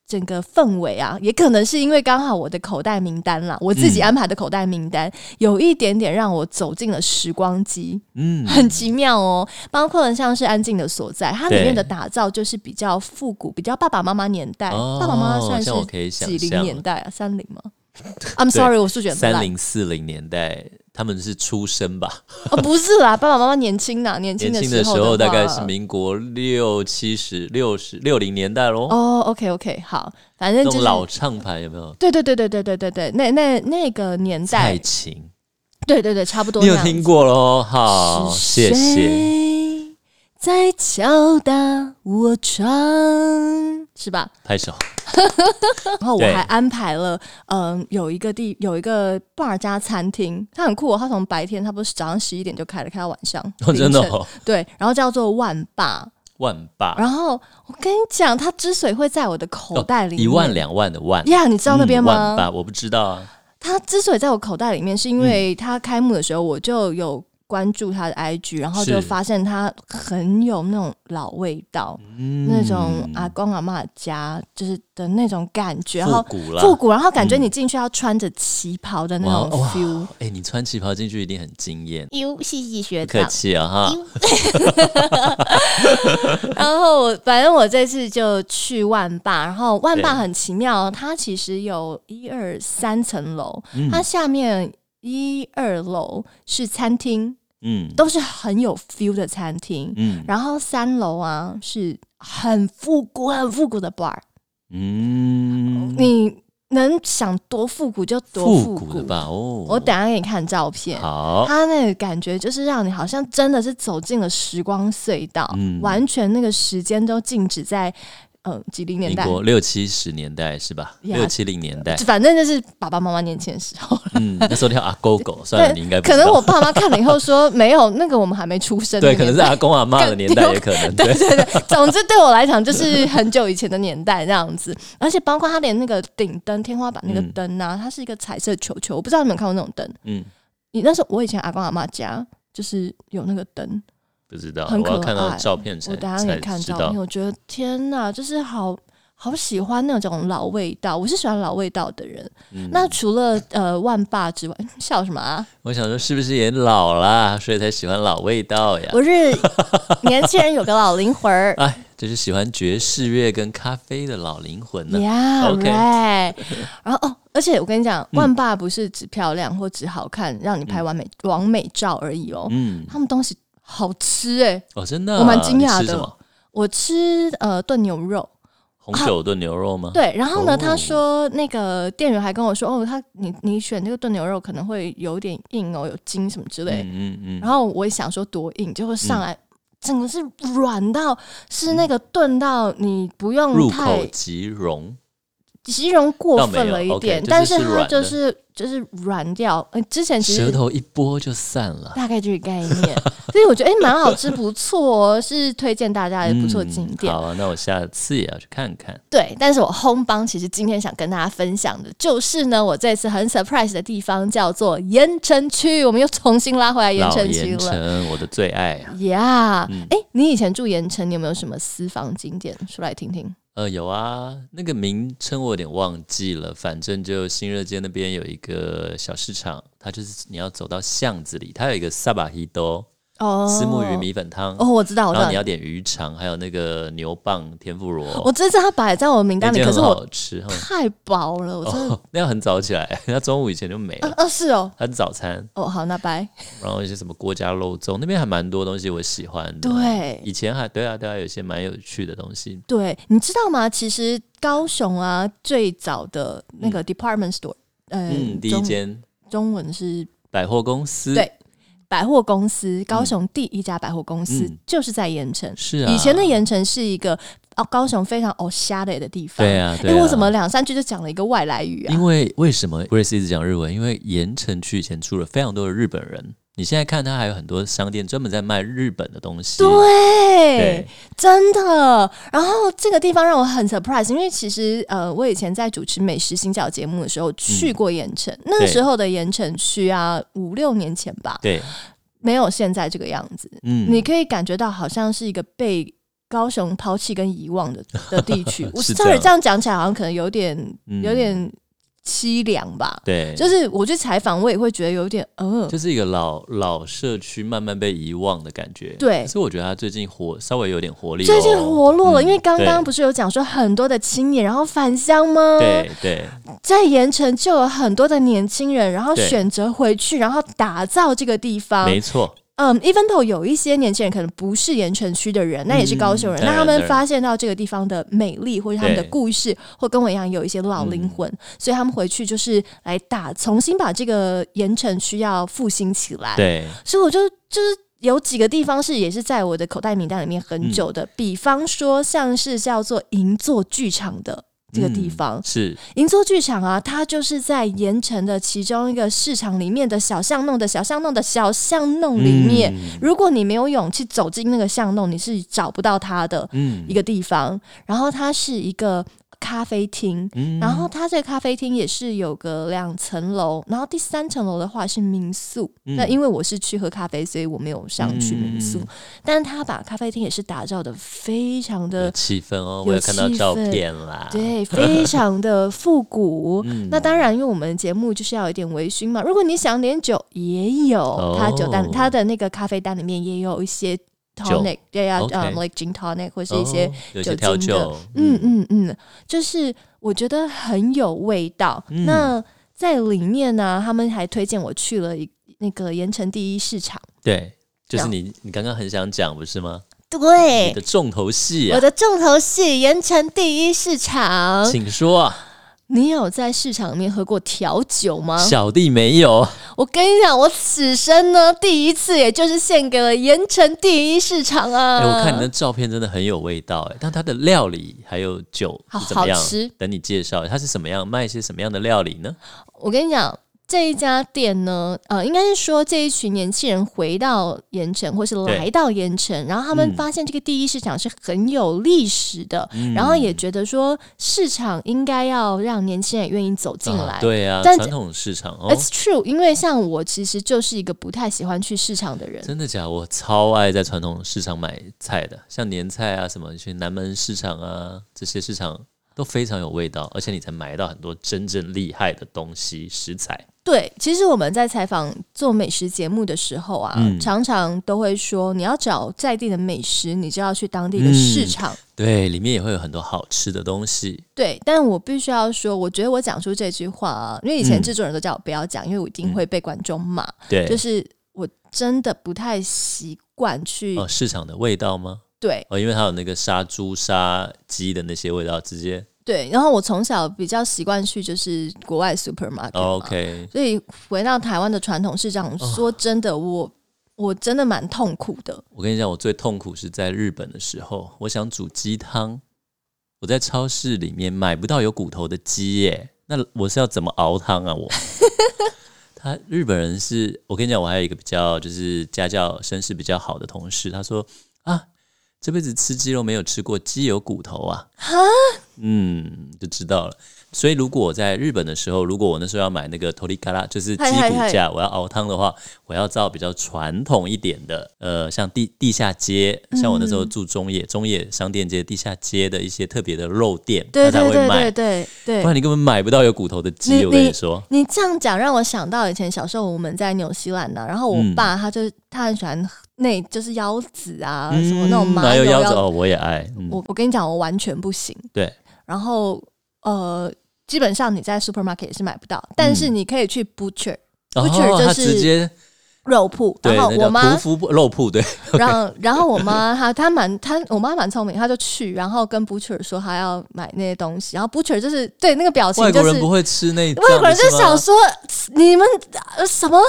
[SPEAKER 1] 整个氛围啊，也可能是因为刚好我的口袋名单啦，我自己
[SPEAKER 2] 嗯
[SPEAKER 1] 安排的口袋名单，有一点点让我走进了时光机，
[SPEAKER 2] 嗯，
[SPEAKER 1] 很奇妙哦。包括像是《安静的所在》，它里面
[SPEAKER 2] 对
[SPEAKER 1] 的打造就是比较复古，比较爸爸妈妈年代，
[SPEAKER 2] 哦
[SPEAKER 1] 爸爸妈妈算
[SPEAKER 2] 这样我可以
[SPEAKER 1] 是
[SPEAKER 2] 想
[SPEAKER 1] 几零
[SPEAKER 2] 象
[SPEAKER 1] 年代啊？三零吗？I'm sorry，我数学很烂
[SPEAKER 2] 三零四零年代他们是出生吧？
[SPEAKER 1] 哦，不是啦，爸爸妈妈年轻呐，年轻
[SPEAKER 2] 年
[SPEAKER 1] 的
[SPEAKER 2] 轻的时
[SPEAKER 1] 候
[SPEAKER 2] 候
[SPEAKER 1] 的
[SPEAKER 2] 大
[SPEAKER 1] 话
[SPEAKER 2] 概是民国六七十、六十六零年代喽。
[SPEAKER 1] 哦，OK OK，好，反正
[SPEAKER 2] 那
[SPEAKER 1] 就是
[SPEAKER 2] 种老唱盘有没有？
[SPEAKER 1] 对对对对对对对对，那那那个年代
[SPEAKER 2] 蔡，琴，
[SPEAKER 1] 对对对，差不多
[SPEAKER 2] 你
[SPEAKER 1] 那
[SPEAKER 2] 有
[SPEAKER 1] 样子。
[SPEAKER 2] 听过喽？好，谢谢。
[SPEAKER 1] 谢。在敲打我窗，是吧？
[SPEAKER 2] 拍手。
[SPEAKER 1] 然后我
[SPEAKER 2] 对，
[SPEAKER 1] 还安排了，嗯、有一个地有一个 bar 加餐厅，它很酷、哦，它从白天差不多早上十一点就开了，开到晚上
[SPEAKER 2] 哦，真的
[SPEAKER 1] 凌晨
[SPEAKER 2] 哦，啊
[SPEAKER 1] 对，然后叫做万霸。
[SPEAKER 2] 万霸，
[SPEAKER 1] 然后我跟你讲，它之所以会在我的口袋里面，
[SPEAKER 2] 哦一万两万的万，
[SPEAKER 1] 呀你知道那边
[SPEAKER 2] 嗯
[SPEAKER 1] 吗？
[SPEAKER 2] 万霸，我不知道啊。
[SPEAKER 1] 他之所以在我口袋里面，是因为他开幕的时候我就有关注他的 IG，然后就是发现他很有那种老味道，
[SPEAKER 2] 嗯
[SPEAKER 1] 那种阿公阿嬷家就是的那种感觉，然
[SPEAKER 2] 复
[SPEAKER 1] 后
[SPEAKER 2] 古啦，
[SPEAKER 1] 复古，然后感觉你进去要穿着旗袍的那
[SPEAKER 2] 哇
[SPEAKER 1] 种
[SPEAKER 2] 哇
[SPEAKER 1] feel。
[SPEAKER 2] 哎、你穿旗袍进去一定很惊艳，
[SPEAKER 1] 哟，谢谢学
[SPEAKER 2] 不客
[SPEAKER 1] 长。
[SPEAKER 2] 气啊哈。
[SPEAKER 1] 然后我反正我这次就去万坝，然后万坝
[SPEAKER 2] 对
[SPEAKER 1] 很奇妙，它其实有一二三层楼，
[SPEAKER 2] 嗯
[SPEAKER 1] 它下面一二楼是餐厅，
[SPEAKER 2] 嗯
[SPEAKER 1] 都是很有 feel 的餐厅。
[SPEAKER 2] 嗯
[SPEAKER 1] 然后三楼啊是很复古、很复古的 bar，、
[SPEAKER 2] 嗯，
[SPEAKER 1] 你能想多复古就多
[SPEAKER 2] 复
[SPEAKER 1] 古。
[SPEAKER 2] 古的吧？哦，
[SPEAKER 1] 我等一下给你看照片，
[SPEAKER 2] 好，
[SPEAKER 1] 它那个感觉就是让你好像真的是走进了时光隧道，
[SPEAKER 2] 嗯
[SPEAKER 1] 完全那个时间都静止在嗯几零年
[SPEAKER 2] 民
[SPEAKER 1] 代。
[SPEAKER 2] 国六七十年代是吧？
[SPEAKER 1] 呀
[SPEAKER 2] 六七零年代，
[SPEAKER 1] 反正就是爸爸妈妈年轻的时候，
[SPEAKER 2] 嗯，那时候叫阿狗狗，算了，你应哎该不
[SPEAKER 1] 可
[SPEAKER 2] 知道
[SPEAKER 1] 能我爸妈看了以后说没有那个我们还没出生的
[SPEAKER 2] 对，
[SPEAKER 1] 年代，
[SPEAKER 2] 可能是啊阿公阿妈的年代，也可能对。
[SPEAKER 1] 对对， 总之对我来讲就是很久以前的年代这样子，而且包括它连那个顶灯、天花板那个
[SPEAKER 2] 嗯
[SPEAKER 1] 灯啊，它是一个彩色球球，我不知道你们有没有看过那种灯。
[SPEAKER 2] 嗯，
[SPEAKER 1] 你那时候我以前阿公阿妈家就是有那个灯，
[SPEAKER 2] 不知道，
[SPEAKER 1] 很可
[SPEAKER 2] 我要看到
[SPEAKER 1] 爱
[SPEAKER 2] 照片才
[SPEAKER 1] 我等一下给你看
[SPEAKER 2] 才知
[SPEAKER 1] 照
[SPEAKER 2] 道
[SPEAKER 1] 片，。我觉得天哪，就是好。好喜欢那种老味道，我是喜欢老味道的人。
[SPEAKER 2] 嗯
[SPEAKER 1] 那除了呃万霸之外， 笑什么啊？
[SPEAKER 2] 我想说，是不是也老啦，所以才喜欢老味道呀？
[SPEAKER 1] 我是年轻人有个老灵魂 儿，
[SPEAKER 2] 哎，就是喜欢爵士乐跟咖啡的老灵魂呢。
[SPEAKER 1] Yeah,
[SPEAKER 2] OK 嗯
[SPEAKER 1] right. 然后哦，而且我跟你讲，万霸不是只漂亮或只好看，让你拍完美完美照而已哦。
[SPEAKER 2] 嗯，
[SPEAKER 1] 他们东西好吃哎、
[SPEAKER 2] 哦，真的啊，
[SPEAKER 1] 我蛮惊讶
[SPEAKER 2] 你吃
[SPEAKER 1] 的
[SPEAKER 2] 什么
[SPEAKER 1] 我吃呃炖牛肉，
[SPEAKER 2] 红酒炖牛肉吗？，
[SPEAKER 1] 对，然后呢，
[SPEAKER 2] 哦
[SPEAKER 1] 他说那个店员还跟我说，哦，他你你选这个炖牛肉可能会有点硬哦，有筋什么之类。
[SPEAKER 2] 嗯嗯嗯，
[SPEAKER 1] 然后我也想说多硬，结果上来、整个是软到是那个炖到你不用
[SPEAKER 2] 入
[SPEAKER 1] 太
[SPEAKER 2] 口即溶。
[SPEAKER 1] 形容过分了一点，
[SPEAKER 2] 倒
[SPEAKER 1] 但
[SPEAKER 2] 没有，OK，
[SPEAKER 1] 它就
[SPEAKER 2] 就是软
[SPEAKER 1] 是就是软掉。呃，之前其
[SPEAKER 2] 舌
[SPEAKER 1] 实
[SPEAKER 2] 头一拨就散了。
[SPEAKER 1] 大概这个概念，所以我觉得哎，蛮、好吃，不错、哦，是推荐大家的不错景点。
[SPEAKER 2] 好啊，那我下次也要去看看。
[SPEAKER 1] 对，但是我烘帮其实今天想跟大家分享的就是呢，我这次很 surprise 的地方叫做盐城区，我们又重新拉回来盐
[SPEAKER 2] 老
[SPEAKER 1] 城区
[SPEAKER 2] 盐
[SPEAKER 1] 了。
[SPEAKER 2] 城，我的最爱啊。
[SPEAKER 1] 呀，哎、
[SPEAKER 2] 嗯
[SPEAKER 1] 你以前住盐城，你有没有什么私房景点说来听听？
[SPEAKER 2] 呃，有啊，那个名称我有点忘记了，反正就新热街那边有一个小市场，它就是你要走到巷子里，它有一个萨巴希多
[SPEAKER 1] 哦，
[SPEAKER 2] 丝木鱼米粉汤，
[SPEAKER 1] 哦，我知道，我知
[SPEAKER 2] 然后
[SPEAKER 1] 道
[SPEAKER 2] 你，要点鱼肠，还有那个牛蒡天妇罗，
[SPEAKER 1] 哦我这次它摆在我名
[SPEAKER 2] 那
[SPEAKER 1] 单里，
[SPEAKER 2] 间
[SPEAKER 1] 可
[SPEAKER 2] 很
[SPEAKER 1] 是我
[SPEAKER 2] 好 吃哈。
[SPEAKER 1] 太饱了，我真的。
[SPEAKER 2] 嗯哦， 那要很早起来，那中午以前就没
[SPEAKER 1] 啊
[SPEAKER 2] 了。
[SPEAKER 1] 啊，是哦，
[SPEAKER 2] 它是早餐，
[SPEAKER 1] 哦，好，那拜。
[SPEAKER 2] 然后一些什么郭家肉粽，那边还蛮多东西我喜欢的。，
[SPEAKER 1] 对
[SPEAKER 2] 以前还对啊对啊，有些蛮有趣的东西。
[SPEAKER 1] 对，你知道吗？其实高雄啊，最早的那个 department store，呃，
[SPEAKER 2] 嗯，第一
[SPEAKER 1] 中
[SPEAKER 2] 间
[SPEAKER 1] 中文是
[SPEAKER 2] 百货公司，
[SPEAKER 1] 对百货公司，高雄第一家百货公司
[SPEAKER 2] 嗯
[SPEAKER 1] 就是在盐城。
[SPEAKER 2] 是啊，
[SPEAKER 1] 以前的盐城是一个哦，高雄非常哦瞎的的地方。
[SPEAKER 2] 对啊
[SPEAKER 1] 哎
[SPEAKER 2] 对啊，
[SPEAKER 1] 我怎么两三句就讲了一个外来语啊
[SPEAKER 2] 因？为为什么 Grace 一直讲日文？因为盐城区以前住了非常多的日本人，你现在看它还有很多商店专门在卖日本的东西。
[SPEAKER 1] 对
[SPEAKER 2] 对，，
[SPEAKER 1] 真的。然后这个地方让我很 surprise，因为其实呃，我以前在主持美食新角节目的时候去
[SPEAKER 2] 嗯
[SPEAKER 1] 过盐城，那个时候的盐城区啊，五六年前吧，
[SPEAKER 2] 对，
[SPEAKER 1] 没有现在这个样子。
[SPEAKER 2] 嗯，
[SPEAKER 1] 你可以感觉到好像是一个被高雄抛弃跟遗 忘的的地区。我
[SPEAKER 2] 是
[SPEAKER 1] 稍
[SPEAKER 2] 这
[SPEAKER 1] 微
[SPEAKER 2] 样
[SPEAKER 1] 这样讲起来，好像可能有点
[SPEAKER 2] 嗯
[SPEAKER 1] 有点凄凉吧。
[SPEAKER 2] 对，
[SPEAKER 1] 就是我去采访，我也会觉得有点，呃，
[SPEAKER 2] 就是一个老老社区慢慢被遗忘的感觉。
[SPEAKER 1] 对
[SPEAKER 2] 可是我觉得他最近活稍微有点活力咯，
[SPEAKER 1] 最近活络了，
[SPEAKER 2] 嗯
[SPEAKER 1] 因为刚刚
[SPEAKER 2] 对
[SPEAKER 1] 不是有讲说很多的青年然后返乡吗？，
[SPEAKER 2] 对对
[SPEAKER 1] 在盐城就有很多的年轻人，然后
[SPEAKER 2] 对
[SPEAKER 1] 选择回去，然后打造这个地方。
[SPEAKER 2] 没错，
[SPEAKER 1] 嗯，even though 有一些年轻人可能不是盐城区的人，那也是高雄人，
[SPEAKER 2] 嗯
[SPEAKER 1] 那他
[SPEAKER 2] 当
[SPEAKER 1] 们
[SPEAKER 2] 然
[SPEAKER 1] 发现到这个地方的美丽或者他们的
[SPEAKER 2] 对嗯
[SPEAKER 1] 故事，或跟我一样有一些老灵魂，所以他们回去就是来打，重新把这个盐城区要复兴起来。
[SPEAKER 2] 对
[SPEAKER 1] 所以我就就是有几个地方是也是在我的口袋名单里面
[SPEAKER 2] 嗯
[SPEAKER 1] 很久的，比方说像是叫做银座剧场的这个地
[SPEAKER 2] 嗯
[SPEAKER 1] 方，
[SPEAKER 2] 是
[SPEAKER 1] 银座剧场啊，它就是在盐城的其中一个市场里面的小巷弄的小巷弄的小巷弄里面。
[SPEAKER 2] 嗯
[SPEAKER 1] 如果你没有勇气走进那个巷弄，你是找不到它的
[SPEAKER 2] 嗯
[SPEAKER 1] 一个地方。然后它是一个咖啡厅，
[SPEAKER 2] 嗯
[SPEAKER 1] 然后它这个咖啡厅也是有个两层楼，然后第三层楼的话是民宿。
[SPEAKER 2] 嗯
[SPEAKER 1] 那因为我是去喝咖啡，所以我没有上去民宿。
[SPEAKER 2] 嗯
[SPEAKER 1] 但是他把咖啡厅也是打造的非常
[SPEAKER 2] 有
[SPEAKER 1] 的
[SPEAKER 2] 气氛哦，
[SPEAKER 1] 有
[SPEAKER 2] 我有看到
[SPEAKER 1] 气
[SPEAKER 2] 照
[SPEAKER 1] 氛
[SPEAKER 2] 片啦，
[SPEAKER 1] 对，非常的复古。
[SPEAKER 2] 啊 嗯
[SPEAKER 1] 那当然，因为我们节目就是要有一点微醺嘛。如果你想点酒，也有
[SPEAKER 2] 哦
[SPEAKER 1] 它酒单，它的那个咖啡单里面也有一些 tonic，对呀、啊，
[SPEAKER 2] OK
[SPEAKER 1] 嗯、l i k e gin tonic 或是一些，
[SPEAKER 2] 哦有一
[SPEAKER 1] 酒
[SPEAKER 2] 些调
[SPEAKER 1] 精的
[SPEAKER 2] 酒，
[SPEAKER 1] 嗯嗯嗯，就是我觉得很有味道。
[SPEAKER 2] 嗯
[SPEAKER 1] 那在里面呢、他们还推荐我去了一那个盐城第一市场，
[SPEAKER 2] 对，就是
[SPEAKER 1] 然后
[SPEAKER 2] 你你刚刚很想讲不是吗？你
[SPEAKER 1] 对
[SPEAKER 2] 的，重头戏
[SPEAKER 1] 我
[SPEAKER 2] 啊，
[SPEAKER 1] 的重头戏盐城第一市场。
[SPEAKER 2] 请说啊，
[SPEAKER 1] 你有在市场里面喝过调酒吗？
[SPEAKER 2] 小弟没有，
[SPEAKER 1] 我跟你讲，我此生呢第一次，也就是献给了盐城第一市场啊！
[SPEAKER 2] 哎，我看你的照片真的很有味道，哎，但它的料理还有酒
[SPEAKER 1] 好
[SPEAKER 2] 是怎么样
[SPEAKER 1] 好吃？
[SPEAKER 2] 等你介绍，它是什么样，卖一些什么样的料理呢？
[SPEAKER 1] 我跟你讲，这一家店呢，呃，应该是说这一群年轻人回到盐城，或是
[SPEAKER 2] 对
[SPEAKER 1] 来到盐城，然后他们
[SPEAKER 2] 嗯
[SPEAKER 1] 发现这个第一市场是很有历史的，
[SPEAKER 2] 嗯
[SPEAKER 1] 然后也觉得说市场应该要让年轻人愿意走进来。
[SPEAKER 2] 啊对啊，
[SPEAKER 1] 但
[SPEAKER 2] 传统市场哦，
[SPEAKER 1] It's true，因为像我其实就是一个不太喜欢去市场的人，
[SPEAKER 2] 真的假的？我超爱在传统市场买菜的，像年菜啊什么，去南门市场啊这些市场都非常有味道，而且你才买到很多真正厉害的东西食材。
[SPEAKER 1] 对，其实我们在采访做美食节目的时候啊，
[SPEAKER 2] 嗯
[SPEAKER 1] 常常都会说，你要找在地的美食，你就要去当地的
[SPEAKER 2] 嗯
[SPEAKER 1] 市场。
[SPEAKER 2] 对，里面也会有很多好吃的东西。
[SPEAKER 1] 对，但我必须要说，我觉得我讲出这句话啊，因为以前
[SPEAKER 2] 嗯
[SPEAKER 1] 制作人都叫我不要讲，因为我一定
[SPEAKER 2] 嗯
[SPEAKER 1] 会被观众骂。
[SPEAKER 2] 对，
[SPEAKER 1] 就是我真的不太习惯去、
[SPEAKER 2] 哦，市场的味道吗？
[SPEAKER 1] 对
[SPEAKER 2] 哦，因为它有那个杀猪、杀鸡的那些味道，直接、
[SPEAKER 1] 对，然后我从小比较习惯去就是国外 supermarket 嘛、
[SPEAKER 2] 哦 OK。哦
[SPEAKER 1] 所以回到台湾的传统市场，说真的，我我真的蛮痛苦的。
[SPEAKER 2] 我跟你讲，我最痛苦是在日本的时候，我想煮鸡汤，我在超市里面买不到有骨头的鸡耶，那我是要怎么熬汤啊？我， 他日本人是我跟你讲，我还有一个比较就是家教身世比较好的同事，他说啊，这辈子吃鸡肉没有吃过鸡有骨头啊，嗯，就知道了。所以如果我在日本的时候，如果我那时候要买那个头里卡拉，就是鸡
[SPEAKER 1] 嗨嗨嗨
[SPEAKER 2] 骨架，我要熬汤的话，我要照比较传统一点的，呃，像地地下街，像我那
[SPEAKER 1] 嗯
[SPEAKER 2] 时候住中野，中野商店街地下街的一些特别的肉店，
[SPEAKER 1] 对对
[SPEAKER 2] 他才会
[SPEAKER 1] 对对
[SPEAKER 2] 卖，
[SPEAKER 1] 对对
[SPEAKER 2] 不。然你根本买不到有骨头的
[SPEAKER 1] 你
[SPEAKER 2] 鸡。我跟
[SPEAKER 1] 你
[SPEAKER 2] 你说，
[SPEAKER 1] 你这样讲让我想到以前小时候我们在纽西兰呢、然后我
[SPEAKER 2] 嗯
[SPEAKER 1] 爸他就、他很喜欢那就是腰子啊、
[SPEAKER 2] 嗯
[SPEAKER 1] 什么那种麻
[SPEAKER 2] 哪有腰
[SPEAKER 1] 腰
[SPEAKER 2] 子哦，我也爱，嗯，
[SPEAKER 1] 我我跟你讲，我完全不行。
[SPEAKER 2] 对，
[SPEAKER 1] 然后呃，基本上你在 supermarket 也是买不到，但是你可以去 butcher
[SPEAKER 2] 然
[SPEAKER 1] butcher
[SPEAKER 2] 后
[SPEAKER 1] 就
[SPEAKER 2] 哦他
[SPEAKER 1] 是
[SPEAKER 2] 直接
[SPEAKER 1] 肉铺，
[SPEAKER 2] 对
[SPEAKER 1] 然后
[SPEAKER 2] 那
[SPEAKER 1] 我
[SPEAKER 2] 个
[SPEAKER 1] 妈
[SPEAKER 2] 屠夫不肉铺，对，
[SPEAKER 1] 然后，然后我妈她她蛮她我妈蛮聪明，她就去，然后跟 butcher 说她要买那些东西，然后 butcher 就是对那个表情
[SPEAKER 2] 外
[SPEAKER 1] 就
[SPEAKER 2] 国
[SPEAKER 1] 是
[SPEAKER 2] 人不会吃那，
[SPEAKER 1] 外国人就想说你们呃什么，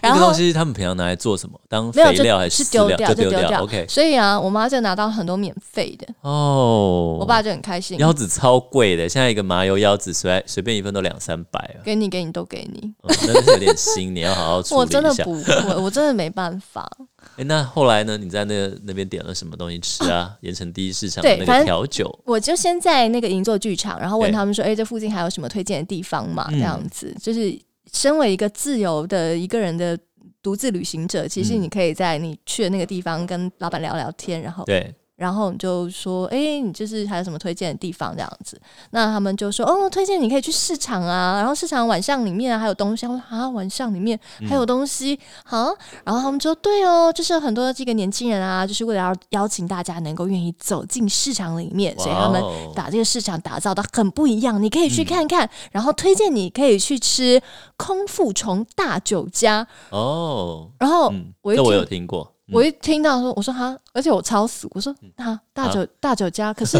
[SPEAKER 2] 这
[SPEAKER 1] 然
[SPEAKER 2] 个
[SPEAKER 1] 后
[SPEAKER 2] 东西他们平常拿来做什么？当
[SPEAKER 1] 没有
[SPEAKER 2] 肥
[SPEAKER 1] 就
[SPEAKER 2] 料还
[SPEAKER 1] 是
[SPEAKER 2] 饲
[SPEAKER 1] 丢
[SPEAKER 2] 料？
[SPEAKER 1] 掉
[SPEAKER 2] 就丢
[SPEAKER 1] 丢掉。
[SPEAKER 2] OK，
[SPEAKER 1] 所以啊，我妈就拿到很多免费的，
[SPEAKER 2] 哦，
[SPEAKER 1] 我爸就很开心，
[SPEAKER 2] 腰子超贵的，现在一个麻油腰子随随便一份都两三百 了，
[SPEAKER 1] 给你给你都给你。
[SPEAKER 2] 嗯真的是有点腥，你要好好处理
[SPEAKER 1] 我真的
[SPEAKER 2] 一下。
[SPEAKER 1] 不会，我真的没办 法。
[SPEAKER 2] 哎，那后来呢？你在那那边点了什么东西吃啊？盐城第一市场
[SPEAKER 1] 对
[SPEAKER 2] 那
[SPEAKER 1] 反
[SPEAKER 2] 个
[SPEAKER 1] 正
[SPEAKER 2] 调酒，
[SPEAKER 1] 我就先在那个银座剧场，然后问
[SPEAKER 2] 对
[SPEAKER 1] 他们说：“哎、这附近还有什么推荐的地方嘛？”
[SPEAKER 2] 嗯
[SPEAKER 1] 这样子，就是身为一个自由的一个人的独自旅行者，其实
[SPEAKER 2] 嗯
[SPEAKER 1] 你可以在你去的那个地方跟老板聊聊天，然后
[SPEAKER 2] 对，
[SPEAKER 1] 然后你就说，哎、你就是还有什么推荐的地方这样子？那他们就说，哦，推荐你可以去市场啊，然后市场晚上里面、啊、还有东西。我说啊，晚上里面
[SPEAKER 2] 嗯
[SPEAKER 1] 还有东西啊？然后他们说，对哦，就是很多这个年轻人啊，就是为了要邀请大家能够愿意走进市场里面，所以他们
[SPEAKER 2] 哇哦嗯
[SPEAKER 1] 把这个市场打造的很不一样，你可以去看看，然后推荐你可以去吃空腹虫大酒家。
[SPEAKER 2] 哦，
[SPEAKER 1] 然后
[SPEAKER 2] 嗯，
[SPEAKER 1] 我一
[SPEAKER 2] 这
[SPEAKER 1] 听，
[SPEAKER 2] 我有听过，嗯
[SPEAKER 1] 我一听到说，我说哈，而且我超死，我说哈
[SPEAKER 2] 啊
[SPEAKER 1] 大酒、大酒家，可是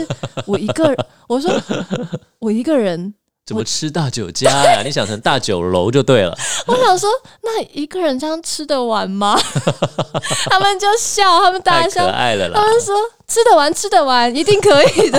[SPEAKER 1] 我一个人，我说我一个人，
[SPEAKER 2] 怎么吃大酒家呀、你想成大酒楼就对了。
[SPEAKER 1] 我想说那一个人这样吃得完 吗？他们就笑，他们 大
[SPEAKER 2] 太
[SPEAKER 1] 笑
[SPEAKER 2] 可，爱了啦
[SPEAKER 1] 他！们说吃得完，吃得完，一定可以的。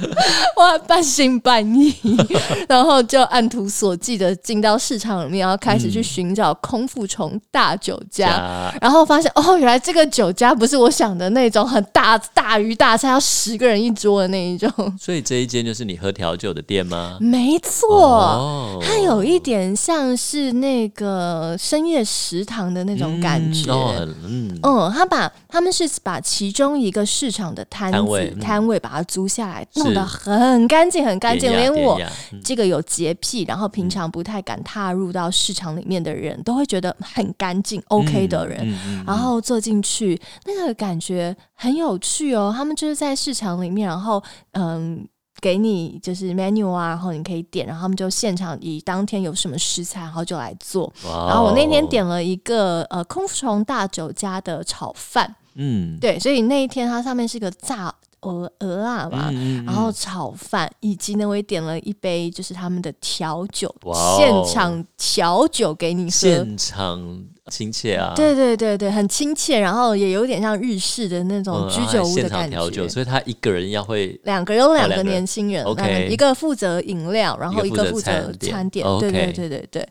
[SPEAKER 1] 我半信半疑， 然后就按图索骥的进到市场里面，然后开始去寻找空腹虫大酒家。
[SPEAKER 2] 嗯家
[SPEAKER 1] 然后发现哦，原来这个酒家不是我想的那种很大大鱼大菜，要十个人一桌的那一种。
[SPEAKER 2] 所以这一间就是你喝调酒的店 吗？
[SPEAKER 1] 没错，
[SPEAKER 2] 哦
[SPEAKER 1] 它有一点像是那个深夜食堂的那种感觉。
[SPEAKER 2] 嗯哦，很嗯，
[SPEAKER 1] 嗯，他把他们是把其中一个市场的摊子
[SPEAKER 2] 摊位嗯
[SPEAKER 1] 摊位把它租下来，
[SPEAKER 2] 是
[SPEAKER 1] 弄得很干净很干净，
[SPEAKER 2] 典雅
[SPEAKER 1] 连我
[SPEAKER 2] 典雅嗯
[SPEAKER 1] 这个有洁癖，然后平常不太敢踏入到市场里面的人，都会觉得很干净 OK 的人。
[SPEAKER 2] 嗯嗯嗯
[SPEAKER 1] 然后坐进去，那个感觉很有趣哦。他们就是在市场里面，然后嗯，给你就是 menu 啊，然后你可以点，然后他们就现场以当天有什么食材，然后就来做。
[SPEAKER 2] 哇
[SPEAKER 1] 然后我那天
[SPEAKER 2] 哦，
[SPEAKER 1] 点了一个呃空腹虫大酒家的炒饭，
[SPEAKER 2] 嗯，
[SPEAKER 1] 对，所以那一天它上面是个炸鹅鹅啊嘛，
[SPEAKER 2] 嗯嗯嗯
[SPEAKER 1] 然后炒饭，以及呢我也点了一杯就是他们的调酒，
[SPEAKER 2] 哇哦
[SPEAKER 1] 现场调酒给你喝。
[SPEAKER 2] 现场亲切啊，
[SPEAKER 1] 对对对对，很亲切，然后也有点像日式的那种
[SPEAKER 2] 嗯，
[SPEAKER 1] 居酒
[SPEAKER 2] 然后还
[SPEAKER 1] 屋的
[SPEAKER 2] 现场
[SPEAKER 1] 感觉。
[SPEAKER 2] 调酒，所以他一个人要会
[SPEAKER 1] 两个有两
[SPEAKER 2] 哦两
[SPEAKER 1] 个
[SPEAKER 2] 个人
[SPEAKER 1] 年轻人，
[SPEAKER 2] OK
[SPEAKER 1] 那一个负责饮料，然后一
[SPEAKER 2] 一
[SPEAKER 1] 个
[SPEAKER 2] 个
[SPEAKER 1] 负
[SPEAKER 2] 负责
[SPEAKER 1] 责
[SPEAKER 2] 餐点
[SPEAKER 1] 餐点。
[SPEAKER 2] OK
[SPEAKER 1] 对对对对对，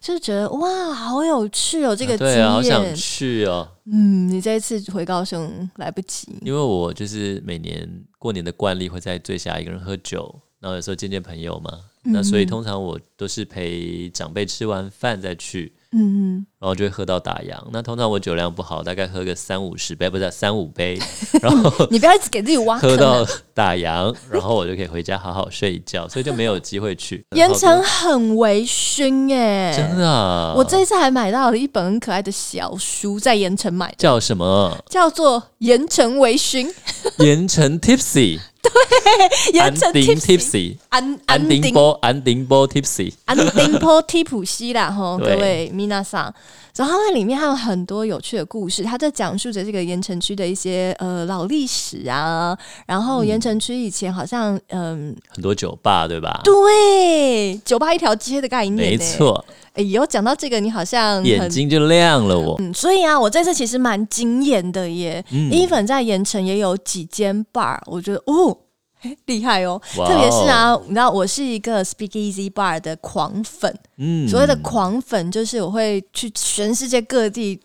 [SPEAKER 1] 就觉得哇，好有趣哦，这个经
[SPEAKER 2] 对啊，好想
[SPEAKER 1] 验。
[SPEAKER 2] 去哦，
[SPEAKER 1] 嗯，你这一次回高雄来不及。嗯
[SPEAKER 2] 因为我就是每年过年的惯例会在最下一个人喝酒，然后有时候见见朋友嘛，
[SPEAKER 1] 嗯
[SPEAKER 2] 那所以通常我都是陪长辈吃完饭再去，
[SPEAKER 1] 嗯，
[SPEAKER 2] 然后就会喝到打烊。那通常我酒量不好，大概喝个三五十杯，不是啊三五 杯，然后
[SPEAKER 1] 你不要一直给自己挖
[SPEAKER 2] 喝
[SPEAKER 1] 坑啊。
[SPEAKER 2] 到嗯打烊， 然后我就可以回家好好睡一觉，所以就没有机会去。
[SPEAKER 1] 盐
[SPEAKER 2] 然
[SPEAKER 1] 城
[SPEAKER 2] 后
[SPEAKER 1] 很微醺哎、
[SPEAKER 2] 就真的啊，
[SPEAKER 1] 我这一次还买到了一本很可爱的小书，在盐城买的，
[SPEAKER 2] 叫什么？
[SPEAKER 1] 叫做《盐城微醺》，
[SPEAKER 2] 盐城 Tipsy，
[SPEAKER 1] 盐城
[SPEAKER 2] 安定
[SPEAKER 1] Tipsy，
[SPEAKER 2] Tipsy，
[SPEAKER 1] 安
[SPEAKER 2] 安
[SPEAKER 1] 定
[SPEAKER 2] 定波，安定波 Tipsy，
[SPEAKER 1] 安丁 坡提普西啦，吼，各
[SPEAKER 2] 对
[SPEAKER 1] 位米娜桑。然后它那里面还有很多有趣的故事，它在讲述着这个盐城区的一些呃老历史啊，然
[SPEAKER 2] 嗯
[SPEAKER 1] 后盐城区以前好像嗯、
[SPEAKER 2] 很多酒吧对吧？
[SPEAKER 1] 对，酒吧一条街的概念、
[SPEAKER 2] 没，错，
[SPEAKER 1] 哎呦，讲到这个，你好像
[SPEAKER 2] 眼
[SPEAKER 1] 很
[SPEAKER 2] 睛就亮了我。
[SPEAKER 1] 嗯，所以啊，我这次其实蛮惊艳的耶。
[SPEAKER 2] 嗯
[SPEAKER 1] even 在盐城也有几间 bar，我觉得哦。嘿厉害哦！
[SPEAKER 2] 哇哦
[SPEAKER 1] 特别是啊，你知道我是一个 Speakeasy Bar 的狂粉，
[SPEAKER 2] 嗯，
[SPEAKER 1] 所谓的狂粉就是我会去全世界各地